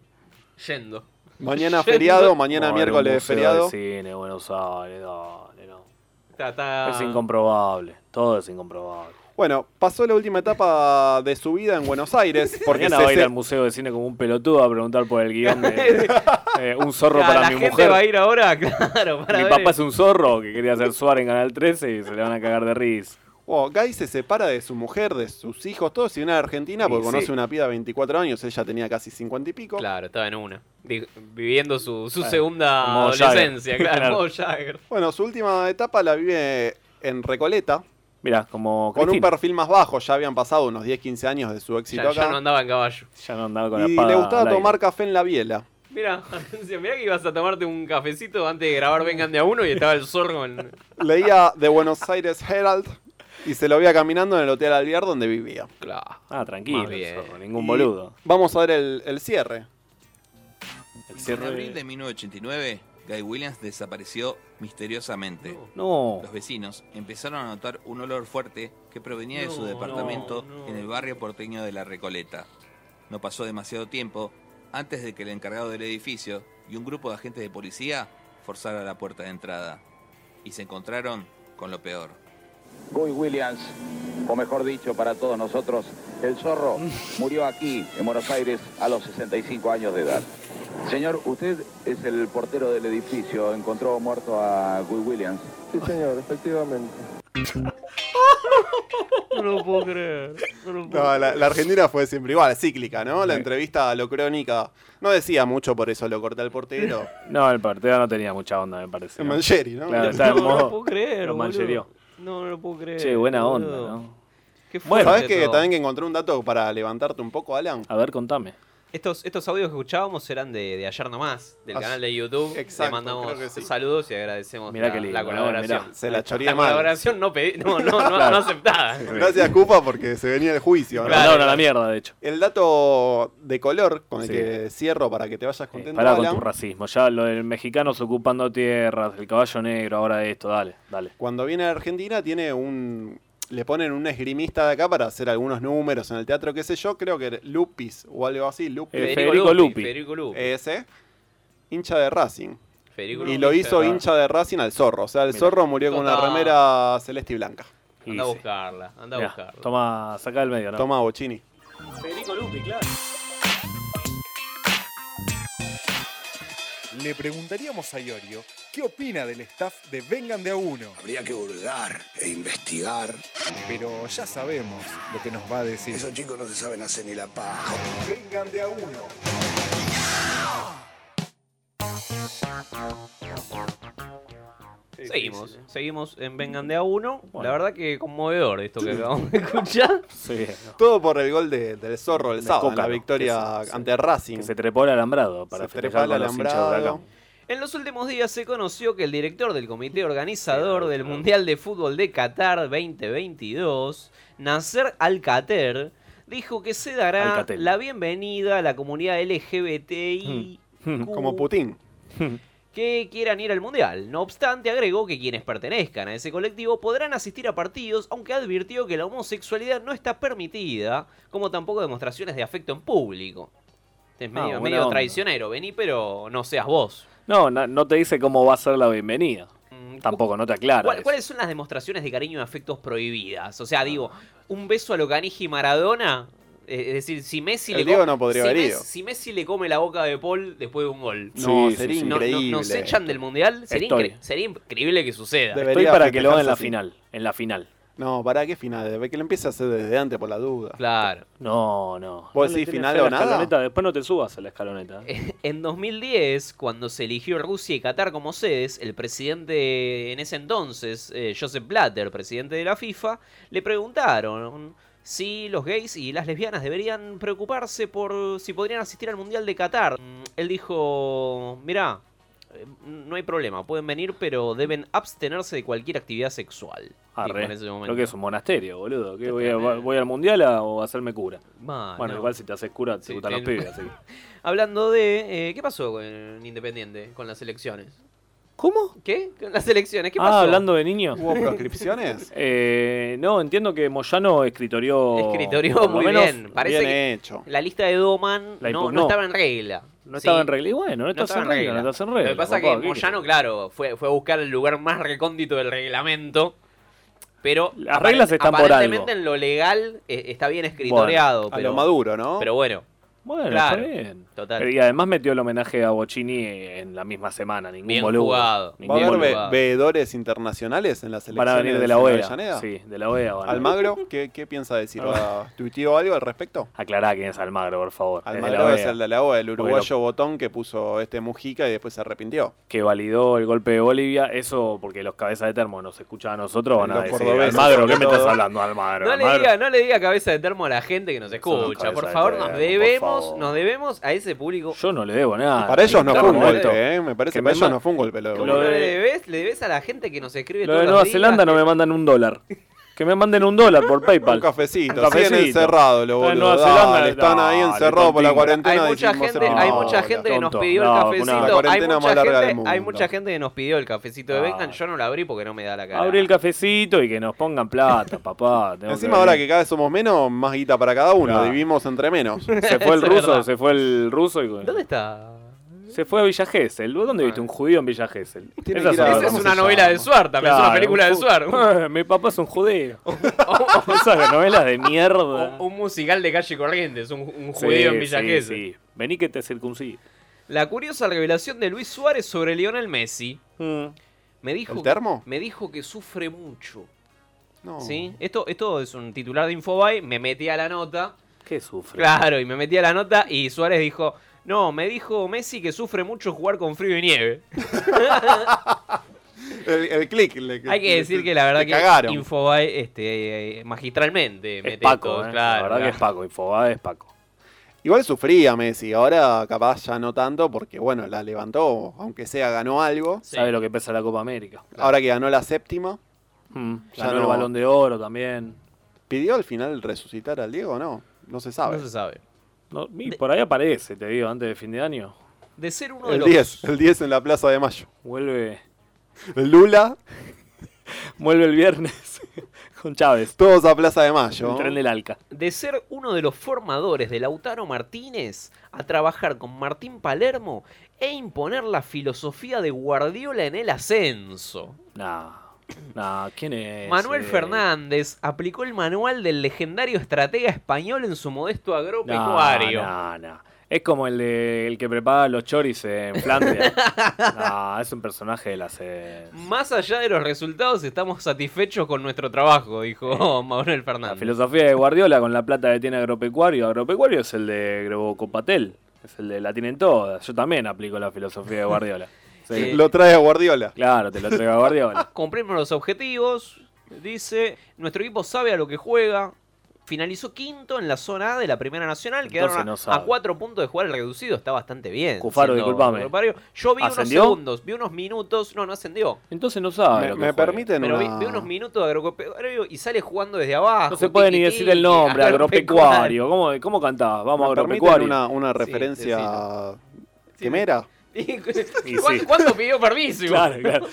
S8: Yendo.
S9: Mañana
S8: Yendo.
S9: feriado,
S10: No,
S9: mañana
S10: era un
S9: miércoles
S10: museo
S9: feriado.
S10: de cine, Buenos Aires, dale, no.
S8: Está- está-
S10: Es incomprobable, todo es incomprobable.
S9: Bueno, pasó la última etapa de su vida en Buenos Aires. Porque
S10: Mañana
S9: se
S10: va a ir
S9: se-
S10: al museo de cine como un pelotudo a preguntar por el guión de eh, Un zorro
S8: Claro,
S10: para
S8: la
S10: mi
S8: gente
S10: mujer.
S8: va a ir ahora, claro, para
S10: Mi
S8: ver-
S10: papá es un zorro que quería hacer Suárez en Canal 13 y se le van a cagar de risa.
S9: Oh, Guy se separa de su mujer, de sus hijos, todos se viene a Argentina porque
S8: Y
S9: conoce
S8: sí.
S9: una piba de 24 años, ella tenía casi 50 y pico.
S8: Claro, estaba en una. Vi- Viviendo su, su
S9: Claro.
S8: segunda
S9: Como Jagger.
S8: adolescencia, claro.
S9: Claro.
S8: Como Jagger.
S9: Bueno, su última etapa la vive en Recoleta,
S10: Mirá, como
S9: con un
S10: Cristina.
S9: perfil más bajo, ya habían pasado unos 10-15 años de su éxito
S8: Ya,
S9: acá.
S8: ya no andaba en caballo.
S10: Ya no andaba con la
S9: y
S10: espada
S9: le gustaba
S10: al aire.
S9: tomar café en la biela.
S8: Mira, mirá que ibas a tomarte un cafecito antes de grabar Vengan de a uno y estaba el zorro en...
S9: Leía The Buenos Aires Herald Y se lo veía caminando en el Hotel Alvear donde vivía.
S10: Claro. Ah, tranquilo,
S9: Más bien.
S10: zorro, ningún boludo.
S9: Vamos a ver el, el cierre.
S19: En abril de 1989, Guy Williams desapareció misteriosamente.
S10: No.
S19: Los vecinos empezaron a notar un olor fuerte que provenía de su
S10: No,
S19: departamento en el barrio porteño de La Recoleta. No pasó demasiado tiempo antes de que el encargado del edificio y un grupo de agentes de policía forzara la puerta de entrada. Y se encontraron con lo peor.
S20: Guy Williams, o mejor dicho para todos nosotros, el zorro, murió aquí, en Buenos Aires, a los 65 años de edad. Señor, usted es el portero del edificio, encontró muerto a Guy Williams.
S13: Sí, señor, efectivamente.
S8: No lo puedo creer. No lo puedo
S9: No, la,
S8: creer.
S9: la Argentina fue siempre igual, cíclica, ¿no? La entrevista a lo crónica. No decía mucho, por eso lo corté al portero.
S10: No, el partido no tenía mucha onda, me parece.
S9: El Mancheri, ¿no?
S10: Claro, está en
S9: No, no
S10: modo.
S9: lo puedo creer,
S10: lo
S9: boludo.
S10: mancherió.
S8: No, no lo puedo creer.
S10: Che, buena onda,
S8: boludo.
S10: ¿no?
S8: Qué
S9: Bueno,
S8: fuerte
S9: ¿sabes que
S8: todo.
S9: también que encontré un dato para levantarte un poco, Alan?
S10: A ver, contame.
S8: Estos, estos audios que escuchábamos eran de, de ayer nomás, del
S9: Ah,
S8: canal de YouTube.
S9: exacto,
S8: Le mandamos
S9: creo que sí.
S8: saludos y agradecemos
S9: Mirá
S8: la,
S9: qué lindo,
S8: la
S9: eh,
S8: colaboración.
S9: mirá, se la choreé
S8: La
S9: mal.
S8: colaboración no, pedí, no, no, no,
S9: Claro. Eh,
S8: no aceptada.
S9: Gracias, Cupa, porque se venía el juicio. ¿no?
S10: Mandaron a la mierda, de hecho.
S9: El dato de color con el
S10: Sí.
S9: que cierro para que te vayas contento,
S10: Pará con
S9: Alan.
S10: tu racismo. Ya lo del mexicanos ocupando tierras, el caballo negro, ahora esto, dale, dale.
S9: Cuando viene a Argentina tiene un... Le ponen un esgrimista de acá para hacer algunos números en el teatro, qué sé yo. Creo que Lupis o algo así. Lupis.
S10: Eh, Federico Federico Lupi, Lupi.
S8: Federico Lupi.
S9: Ese. Hincha de Racing.
S8: Federico
S9: Eh, y
S8: Lupi,
S9: lo
S8: hincha
S9: hizo
S8: de
S9: hincha de Racing al zorro. O sea, el
S10: Mirá.
S9: zorro murió con una
S10: Total.
S9: remera celeste y blanca.
S8: Anda a buscarla, anda a
S10: Mirá,
S8: buscarla.
S10: toma, saca del medio, ¿no?
S9: Toma, Bochini.
S10: Federico Lupi, claro.
S1: Le preguntaríamos a Iorio qué opina del staff de Vengan de a uno.
S18: Habría que hurgar e investigar.
S1: Pero ya sabemos lo que nos va a decir.
S18: Esos chicos no se saben hacer ni la paja.
S1: Vengan de a uno.
S8: Seguimos, seguimos en Vengan de a uno. La verdad que conmovedor esto que
S9: Sí.
S8: acabamos de escuchar.
S10: Sí.
S9: Todo por el gol de- del zorro el
S10: De
S9: sábado, en
S10: Coca,
S9: la
S10: ¿no?
S9: victoria
S10: Que se-
S9: ante Racing.
S10: Que se trepó al alambrado para
S9: Se
S10: festejar
S9: trepa al
S10: con los hinchas de
S9: alambrado.
S10: Huracán.
S8: En los últimos días se conoció que el director del comité organizador del Mundial de Fútbol de Qatar 2022, Nasser Al-Qatar, dijo que se dará
S9: Alcatel.
S8: la bienvenida a la comunidad LGBTI
S10: Hmm. Uh.
S9: Como Putin.
S8: que quieran ir al Mundial. No obstante, agregó que quienes pertenezcan a ese colectivo podrán asistir a partidos, aunque advirtió que la homosexualidad no está permitida, como tampoco demostraciones de afecto en público. Es
S10: Ah,
S8: medio,
S10: buena
S8: medio
S10: onda.
S8: traicionero, vení, pero no seas vos.
S10: No, na- no te dice cómo va a ser la bienvenida. Tampoco, no te aclara.
S8: ¿Cuál-
S10: eso.
S8: ¿Cuáles son las demostraciones de cariño y afectos prohibidas? O sea, digo,
S9: Ah.
S8: un beso a lo Canigi Maradona. eh, Es decir, si Messi
S9: El
S8: le
S9: Diego
S8: co-
S9: no podría
S8: si
S9: haber
S8: Messi-
S9: ido.
S8: si Messi le come la boca de Paul después de un gol.
S9: No, Sí, sería sí, sí.
S8: No- no- ¿Nos
S9: increíble.
S8: echan del mundial? Sería,
S9: Estoy.
S8: incre- sería increíble que suceda.
S9: Debería
S10: Estoy para que lo hagan en la
S9: festejarse
S10: final. En la final.
S9: No, ¿para qué final? Debe que lo empiece a hacer desde antes por la duda.
S8: Claro.
S10: No, no.
S9: ¿Vos
S10: No le
S9: decís
S10: tenés
S9: final
S10: fe a
S9: o
S10: la
S9: nada?
S10: escaloneta, Después no te subas a la escaloneta.
S8: En 2010, cuando se eligió Rusia y Qatar como sedes, el presidente en ese entonces, eh, Joseph Blatter, presidente de la FIFA, le preguntaron si los gays y las lesbianas deberían preocuparse por si podrían asistir al Mundial de Qatar. Mm, Él dijo, mirá, eh, no hay problema, pueden venir, pero deben abstenerse de cualquier actividad sexual.
S10: Arre.
S8: Dijo en ese momento.
S10: Lo que es un monasterio, boludo. ¿Qué, voy, a- voy al mundial a- o a hacerme cura?
S8: Ma,
S10: bueno,
S8: Ah, no.
S10: igual si te haces cura, te
S8: Sí,
S10: gustan los
S8: tiene-
S10: pibes. Así. que-
S8: Hablando de. eh, ¿Qué pasó con Independiente? Con las elecciones. ¿Cómo? ¿Qué? Con las elecciones. ¿Qué pasó?
S10: Ah, hablando de niños.
S9: ¿Hubo proscripciones?
S10: Eh, no, entiendo que Moyano escritorió.
S8: Escritorió
S10: por lo
S8: muy
S10: menos,
S8: bien. Parece que la lista de Doman
S10: La
S8: no,
S10: impugnó.
S8: no estaba en regla.
S10: No estaba en regla. Y bueno, no estás
S8: estaba
S10: en regla, no estás en regla,
S8: Lo que pasa es
S10: papá,
S8: que
S10: ¿qué querés?
S8: Moyano, claro, fue, fue a buscar el lugar más recóndito del reglamento. Pero
S10: Las
S8: aparent-
S10: reglas están por
S8: aparentemente en lo legal eh, está bien escritoreado.
S10: Bueno, a
S8: pero,
S10: lo maduro, ¿no?
S8: Pero bueno.
S10: Bueno,
S8: claro,
S10: está bien. Eh,
S8: Total.
S10: Y además metió el homenaje a Bocini en la misma semana. Ningún
S8: Bien
S10: boludo.
S8: jugado.
S10: Ningún
S9: ¿Va a haber
S10: boludo.
S9: ve- veedores internacionales en la selección?
S10: Van a venir de la OEA. Sí, de la OEA. van a venir.
S9: ¿Almagro? ¿Qué, qué piensa decir? ¿Va- ¿Tuiteó algo al respecto?
S10: Aclará quién es Almagro, por favor. Es de la E
S9: Almagro es
S10: OEA.
S9: el de la OEA, el
S10: Porque
S9: uruguayo botón que puso este Mujica y después se arrepintió.
S10: que validó el golpe de Bolivia, eso porque los cabezas de termo nos escuchan a nosotros, van a
S9: Los
S10: decir,
S9: cordobeses,
S10: Almagro, ¿qué
S9: sobre
S10: me estás
S9: todo.
S10: hablando, Almagro?
S8: No le,
S10: Almagro?"
S8: diga, no le diga cabeza de termo a la gente que nos escucha.
S10: cabeza
S8: Por
S10: de
S8: favor,
S10: termo,
S8: nos
S10: por
S8: debemos,
S10: favor.
S8: nos debemos a ese público.
S10: Yo no le debo nada.
S9: Para ellos no
S10: Está
S9: fue un
S10: muerto.
S9: golpe, ¿eh? Me parece que
S10: me
S9: para ellos
S10: ma-
S9: no fue un golpe. Lo de
S8: ¿Cómo
S10: Lo
S8: no le
S10: de-
S8: debes? Le debes a la gente que nos escribe
S10: Lo
S8: todos
S10: de
S8: los
S10: Nueva
S8: días,
S10: Zelanda no
S8: que-
S10: me mandan un dólar. Que me manden un dólar por PayPal. Un
S9: cafecito, siguen encerrados los
S10: Está en Nueva
S9: boludos,
S10: Zelanda,
S9: dale, están ahí
S10: dale,
S9: encerrados por la
S10: tontín.
S9: cuarentena,
S8: Hay mucha
S9: decimos,
S8: gente,
S9: no,
S8: hay mucha
S9: la
S8: gente que nos
S9: tonto.
S8: pidió
S9: No,
S8: el
S9: una
S8: cafecito. Hay
S9: cuarentena más
S8: mucha,
S9: larga del
S8: gente, hay
S9: mundo.
S8: mucha gente que nos pidió el cafecito de
S10: Ah.
S8: Vengan. Yo no lo abrí porque no me da la cara.
S10: Abrí el cafecito y que nos pongan plata, papá. tengo
S9: Encima ahora
S10: abrir.
S9: que cada vez somos menos, más guita para cada uno,
S10: Claro.
S9: vivimos entre menos.
S10: Se fue el ruso, se fue el ruso y
S8: ¿Dónde está?
S10: se fue a Villa Gesell. ¿Vos ¿Dónde viste un judío en Villa Gesell?
S8: Ah. Tiene que ir a-
S10: son-
S8: Esa es una novela de Suar también, es una película de
S10: un ju-
S8: Suar.
S10: Ah, Mi papá es un judío. Esas novelas de mierda.
S8: Un musical de calle Corrientes, un, un judío en Villa
S10: sí,
S8: Gesell.
S10: sí. Vení que te circuncidí.
S8: La curiosa revelación de Luis Suárez sobre Lionel Messi. Me dijo
S10: ¿El termo? Oh.
S8: Me dijo que sufre mucho.
S9: No.
S8: ¿Sí? Esto, esto es un titular de Infobay. Me metí a la nota.
S10: ¿Qué sufre?
S8: Claro, y me metí a la nota y Suárez dijo... No, me dijo Messi que sufre mucho jugar con frío y nieve.
S9: El, el clic. le-
S8: Hay que decir que la verdad
S9: te
S8: que
S9: cagaron.
S8: Infobay este, eh, magistralmente
S10: Es
S8: mete
S10: Paco,
S8: todo,
S10: eh.
S8: claro.
S10: La verdad que es Paco, Infobá es Paco.
S9: Igual sufría Messi, ahora capaz ya no tanto porque bueno, la levantó, aunque sea ganó algo.
S10: Sabe lo que pesa la Copa América.
S9: Ahora que ganó la séptima,
S10: Mm,
S9: Ya
S10: Ganó el
S9: no.
S10: balón de oro también.
S9: ¿pidió al final resucitar al Diego o no? No se sabe.
S8: No se sabe.
S10: No, y por ahí aparece, te digo, antes de fin de año.
S8: De ser uno de
S9: El
S8: los...
S9: 10, el 10 en la Plaza de Mayo.
S10: Vuelve,
S9: Lula,
S10: vuelve el viernes con Chávez.
S9: todos a Plaza de Mayo.
S10: El tren del Alca.
S8: de ser uno de los formadores de Lautaro Martínez a trabajar con Martín Palermo e imponer la filosofía de Guardiola en el ascenso.
S10: Nah, nah, ¿quién es?
S8: Manuel
S10: eh?
S8: Fernández aplicó el manual del legendario estratega español en su modesto
S10: No,
S8: agropecuario.
S10: no, no. Es como el, de- el que prepara los choris en Flandes. no, es un personaje de la serie.
S8: Más allá de los resultados, estamos satisfechos con nuestro trabajo, dijo Manuel
S10: La
S8: Fernández.
S10: filosofía de Guardiola con la plata que tiene Agropecuario. Agropecuario es el de Grebocopatel. Es el de la tienen todas. Yo también aplico la filosofía de Guardiola. Sí.
S9: Lo trae a Guardiola.
S10: Claro, te lo traigo a Guardiola.
S8: Ah, Cumplimos los objetivos, dice, nuestro equipo sabe a lo que juega. Finalizó quinto en la zona A de la Primera Nacional, quedaron
S10: Entonces
S8: a,
S10: no sabe.
S8: a cuatro puntos de jugar el reducido, está bastante bien.
S10: Cufaro,
S8: siendo
S10: disculpame.
S8: agropecuario. Yo vi
S10: ¿Ascendió?
S8: unos segundos, vi unos minutos, no, no ascendió.
S10: Entonces no sabe.
S9: Me-
S10: lo que
S9: me
S10: juega.
S9: permiten
S8: Pero vi,
S9: una-
S8: vi unos minutos de agropecuario y sale jugando desde abajo.
S10: No se puede ni
S8: tiqui,
S10: decir el
S8: tiqui,
S10: nombre, agropecuario. ¿Cómo, cómo cantaba? Vamos,
S9: ¿Me permiten
S10: agropecuario.
S9: una, una referencia quemera?
S10: Y
S8: ¿Cuán-
S10: sí.
S8: ¿Cuándo pidió permiso?
S10: Claro, claro.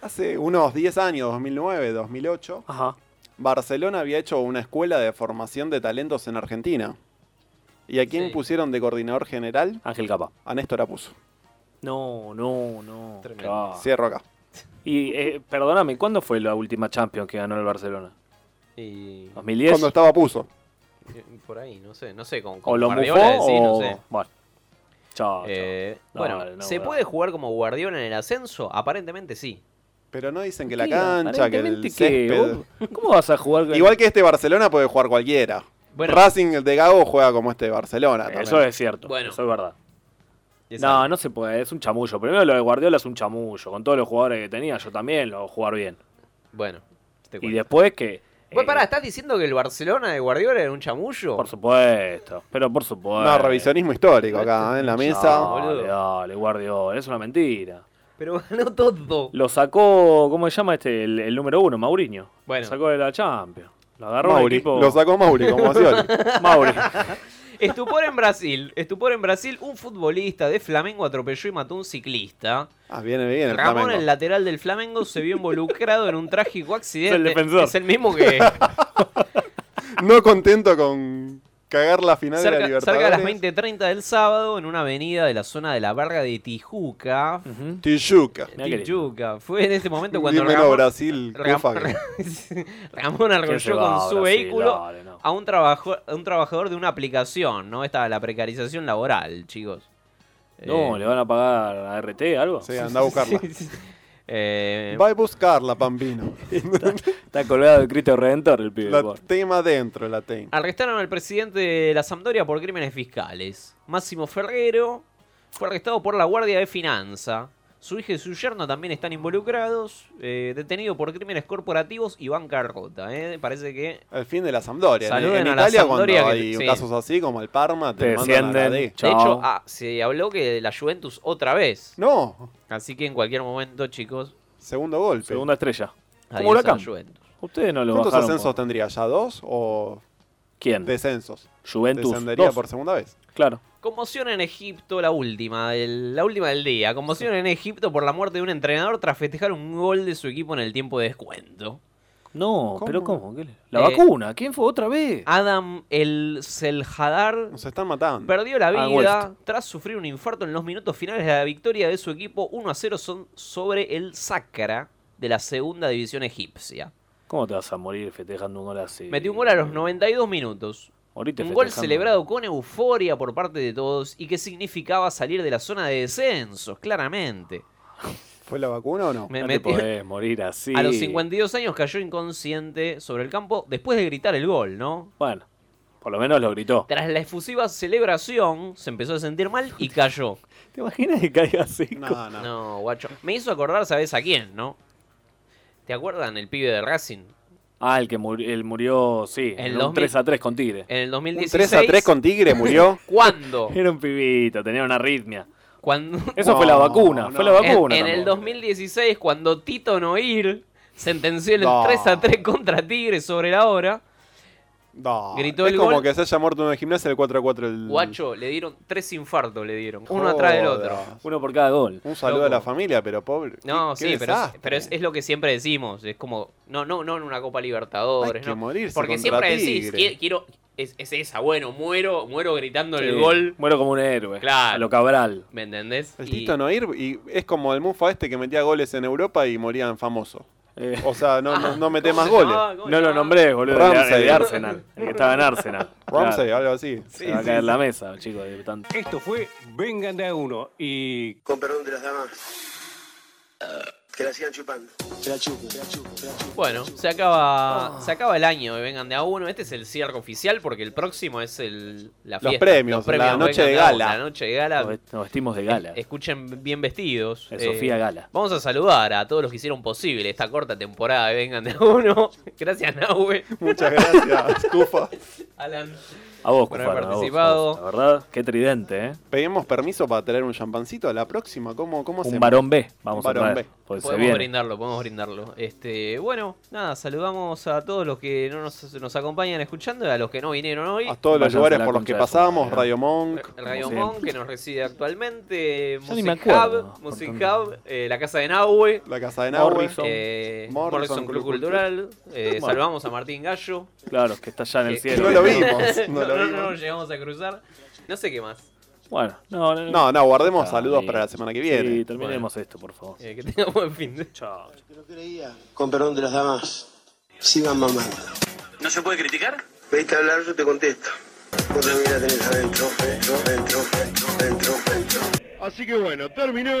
S9: Hace unos 10 años, 2009, 2008, Barcelona había hecho una escuela de formación de talentos en Argentina. ¿Y a quién
S10: Sí.
S9: pusieron de coordinador general?
S10: Ángel Capa.
S9: A Néstor Apuso.
S10: No, no, no. Ah.
S9: Cierro acá.
S10: Y eh, perdóname, ¿cuándo fue la última Champions que ganó el Barcelona?
S8: Y
S10: 2010.
S9: Cuando estaba Apuso.
S8: eh, por ahí, no sé, no sé, con, con
S10: o lo mufó
S8: Guardiola decís, no
S10: o
S8: sé.
S10: bueno. Chao,
S8: Eh,
S10: chao.
S8: bueno,
S10: Dale, no,
S8: ¿se
S10: dale.
S8: puede jugar como Guardiola en el ascenso? Aparentemente sí.
S9: Pero no dicen que la
S10: Sí,
S9: cancha, que el
S10: aparentemente
S9: césped.
S10: vos- ¿Cómo vas a jugar? con-
S9: Igual que este Barcelona puede jugar cualquiera.
S10: Bueno.
S9: Racing, el de Gago, juega como este de Barcelona. también.
S10: Eso es cierto, eso es verdad. No, no se puede, es un chamullo. Primero lo de Guardiola es un chamullo. Con todos los jugadores que tenía, yo también lo hago jugar bien.
S8: Bueno, este
S10: Y después que, eh,
S8: Bueno, pará, ¿estás diciendo que el Barcelona de Guardiola era un chamullo?
S10: por supuesto, pero por supuesto.
S9: No, revisionismo histórico acá, ¿eh? en la mesa.
S10: Dale, dale, Guardiola, es una mentira.
S8: Pero ganó todo.
S10: Lo sacó, ¿cómo se llama este? El, el número uno, Mauriño.
S8: Bueno.
S10: Lo sacó de la Champions. Lo agarró un
S9: Mauri.
S10: equipo-
S9: Lo sacó Mauri, como Scioli.
S10: Mauri.
S8: Estupor en Brasil. Estupor en Brasil. Un futbolista de Flamengo atropelló y mató a un ciclista.
S9: Ah, viene bien el
S8: Ramón,
S9: Flamengo.
S8: el lateral del Flamengo, se vio involucrado en un trágico accidente.
S9: Es el defensor.
S8: Es el mismo que
S9: No contento con cagar la final de la
S8: cerca,
S9: Libertadores.
S8: cerca de las 20.30 del sábado, en una avenida de la zona de la barra de Tijuca.
S9: Tijuca.
S8: Tijuca. Fue en ese momento cuando
S9: Dímelo,
S8: Ramón,
S9: Brasil,
S8: Ram-
S9: Cufa, que-
S8: Ramón
S10: ¿Quién se
S8: arrolló
S10: va
S8: con su
S10: ahora? Sí,
S8: vehículo
S10: dale, no.
S8: a, un trabajo, a un trabajador de una aplicación, ¿no? Estaba la precarización laboral, chicos.
S10: No,
S8: Eh,
S10: ¿le van a pagar a RT algo?
S9: Sí, anda a buscarla.
S8: eh,
S9: Va a buscarla, Bambino.
S10: Está colgado de Cristo Redentor el pibe.
S9: La
S10: pobre.
S9: tema adentro, la tengo.
S8: Arrestaron al presidente de la Sampdoria por crímenes fiscales. Máximo Ferrero fue arrestado por la Guardia de Finanza. Su hija y su yerno también están involucrados, eh, detenido por crímenes corporativos y bancarrota. ¿eh? Parece que
S9: El fin de la Sampdoria. En-
S8: Saluden
S9: en
S8: a la
S9: Italia,
S8: Sampdoria
S9: cuando
S8: que-
S9: hay
S8: sí.
S9: casos así, como el Parma,
S10: Te
S9: te, mandan a la
S10: descienden.
S9: D.
S8: De hecho, ah, se habló que de la Juventus otra vez.
S9: No.
S8: Así que en cualquier momento, chicos,
S9: Segundo golpe.
S10: Segunda estrella.
S8: adiós
S10: Como Huracán.
S8: a la Juventus.
S10: Ustedes no lo
S9: ¿Cuántos
S10: bajaron Mm.
S9: ascensos tendría? ¿Ya dos o
S10: ¿Quién?
S9: descensos?
S10: Juventus,
S9: Descendería
S10: dos.
S9: por segunda vez.
S10: Claro.
S8: Conmoción en Egipto, la última, del- la última del día. Conmoción en Egipto por la muerte de un entrenador tras festejar un gol de su equipo en el tiempo de descuento.
S10: No, pero ¿cómo? ¿Qué le- La
S8: Eh, ah.
S10: vacuna, ¿quién fue otra vez?
S8: Adam El Selhadar
S9: se están matando.
S8: perdió la
S10: Ah,
S8: vida tras sufrir un infarto en los minutos finales de la victoria de su equipo 1 a 0 son- sobre el Sácara de la segunda división egipcia.
S10: ¿Cómo te vas a morir festejando un gol así?
S8: Metió un gol a los 92 minutos.
S10: Ahorita
S8: Un gol
S10: festejando.
S8: celebrado con euforia por parte de todos y que significaba salir de la zona de descensos, claramente.
S9: ¿Fue la vacuna o no?
S8: Me
S10: no
S8: metió-
S10: te podés morir así.
S8: A los 52 años cayó inconsciente sobre el campo después de gritar el gol, ¿no?
S10: Bueno, por lo menos lo gritó.
S8: Tras la efusiva celebración, se empezó a sentir mal y cayó.
S10: ¿Te imaginas que caiga así?
S9: No, no.
S8: No, guacho. Me hizo acordar, ¿sabes a quién, no? ¿Te acuerdan el pibe de Racing?
S10: Ah, el que murió, el murió sí,
S8: El Eh,
S10: en un
S8: 2000.
S10: 3 a 3 con Tigre.
S8: En el 2016.
S10: 3 a 3 con Tigre murió.
S8: ¿Cuándo?
S10: Era un pibito, tenía una arritmia.
S8: Cuando...
S10: Eso fue la vacuna, fue la vacuna.
S8: En, en el
S10: tampoco.
S8: 2016, cuando Tito Noir sentenció el
S9: No.
S8: 3 a 3 contra Tigre sobre la hora,
S9: No,
S8: Gritó
S9: es
S8: el
S9: como
S8: gol.
S9: que se haya muerto uno de gimnasia el 4 a 4. El...
S8: guacho, le dieron tres infartos, le dieron. Uno atrás del otro.
S9: Jodas.
S10: Uno por cada gol.
S9: Un saludo
S8: Loco.
S9: a la familia, pero pobre.
S8: No,
S9: qué- qué
S8: sí, pero, es,
S9: desastre.
S8: pero es, es lo que siempre decimos. Es como, no, no, no en una Copa Libertadores.
S9: Hay que
S8: no.
S9: morirse
S8: Porque
S9: contra
S8: siempre decís,
S9: Tigre.
S8: "Qui- quiero, es, es esa, bueno, muero, muero gritando
S10: Sí,
S8: el gol.
S10: Muero como un héroe.
S8: Claro.
S10: A lo Cabral.
S8: ¿Me entendés?
S9: El
S8: Y-
S9: Tito no ir y es como el Mufa este que metía goles en Europa y morían famoso. O sea, no, no, no meté más goles.
S10: Eh,
S8: Ah,
S10: No lo nombré, boludo. el de-
S9: Ramsey.
S10: el de Arsenal. El que estaba en Arsenal.
S9: Ramsey,
S10: Claro.
S9: algo así.
S10: Se va a caer la mesa, el chico. de tanto.
S21: Esto fue Vengan de a uno y.
S18: Con perdón de las damas. Que la sigan chupando. Se la chupo, se la chupo, se la chupo.
S8: Bueno, se
S10: Ah.
S8: acaba, se acaba el año de Vengan de a uno. Este es el cierre oficial porque el próximo es el, la
S10: Los
S8: fiesta,
S10: premios, la noche
S8: Vengan
S10: de
S8: a Uno,
S10: gala.
S8: La noche de gala.
S10: Nos vest- nos vestimos de gala.
S8: Escuchen bien vestidos. Eh,
S10: De Sofía Gala.
S8: Vamos a saludar a todos los que hicieron posible esta corta temporada de Vengan de a uno. Gracias, Nahue.
S9: Muchas gracias, Cufa.
S8: Alan.
S10: A vos,
S8: por
S10: Cufaro,
S8: haber
S10: a vos,
S8: participado.
S10: a vos. La verdad, qué tridente, ¿eh?
S9: Pedimos permiso para traer un champancito a la próxima. ¿Cómo, cómo
S10: Un
S9: hacemos?
S10: varón B, vamos
S9: Un
S10: a
S9: varón
S10: traer.
S9: B.
S10: Pues se
S8: podemos
S10: viene.
S8: brindarlo, podemos brindarlo. Este, bueno, nada, saludamos a todos los que no nos, nos acompañan escuchando y a los que no vinieron hoy.
S9: A todos los
S10: Váyanse a
S9: lugares
S10: la
S9: por los
S10: concha
S9: que
S10: de su
S9: pasábamos,
S10: madre.
S9: Radio Monk.
S8: El Radio
S9: como
S8: Monk, que nos reside actualmente,
S10: Yo ni me
S8: Music
S10: acuerdo,
S8: Hub, Music Hub, eh, la Casa de Nahue,
S9: La casa de Nahue.
S8: Morrison, eh, Morrison, Club Cultural, eh,
S10: Bueno.
S8: salvamos a Martín Gallo,
S10: Claro, que está allá en el
S8: que-
S10: cielo.
S8: no, no, no nos llegamos a cruzar, no sé qué más.
S10: Bueno, no, no,
S9: No, no, guardemos
S10: Ah,
S9: saludos
S10: sí.
S9: para la semana que viene.
S10: Sí, terminemos esto, por favor.
S8: Eh, que tengan buen fin de
S10: Chao.
S18: Con perdón de las damas. Sigan mamando.
S22: ¿No se puede criticar?
S18: Pediste hablar, yo te contesto. Vos también la tenés adentro, dentro, dentro, dentro, dentro, dentro.
S4: Así que bueno, terminó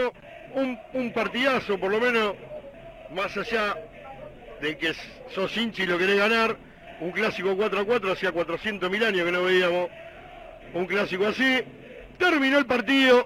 S4: un, un partidazo por lo menos, más allá de que s- sos hincha y lo querés ganar, un clásico 4 a 4, hacía 400 mil años que no veíamos un clásico así, terminó el partido,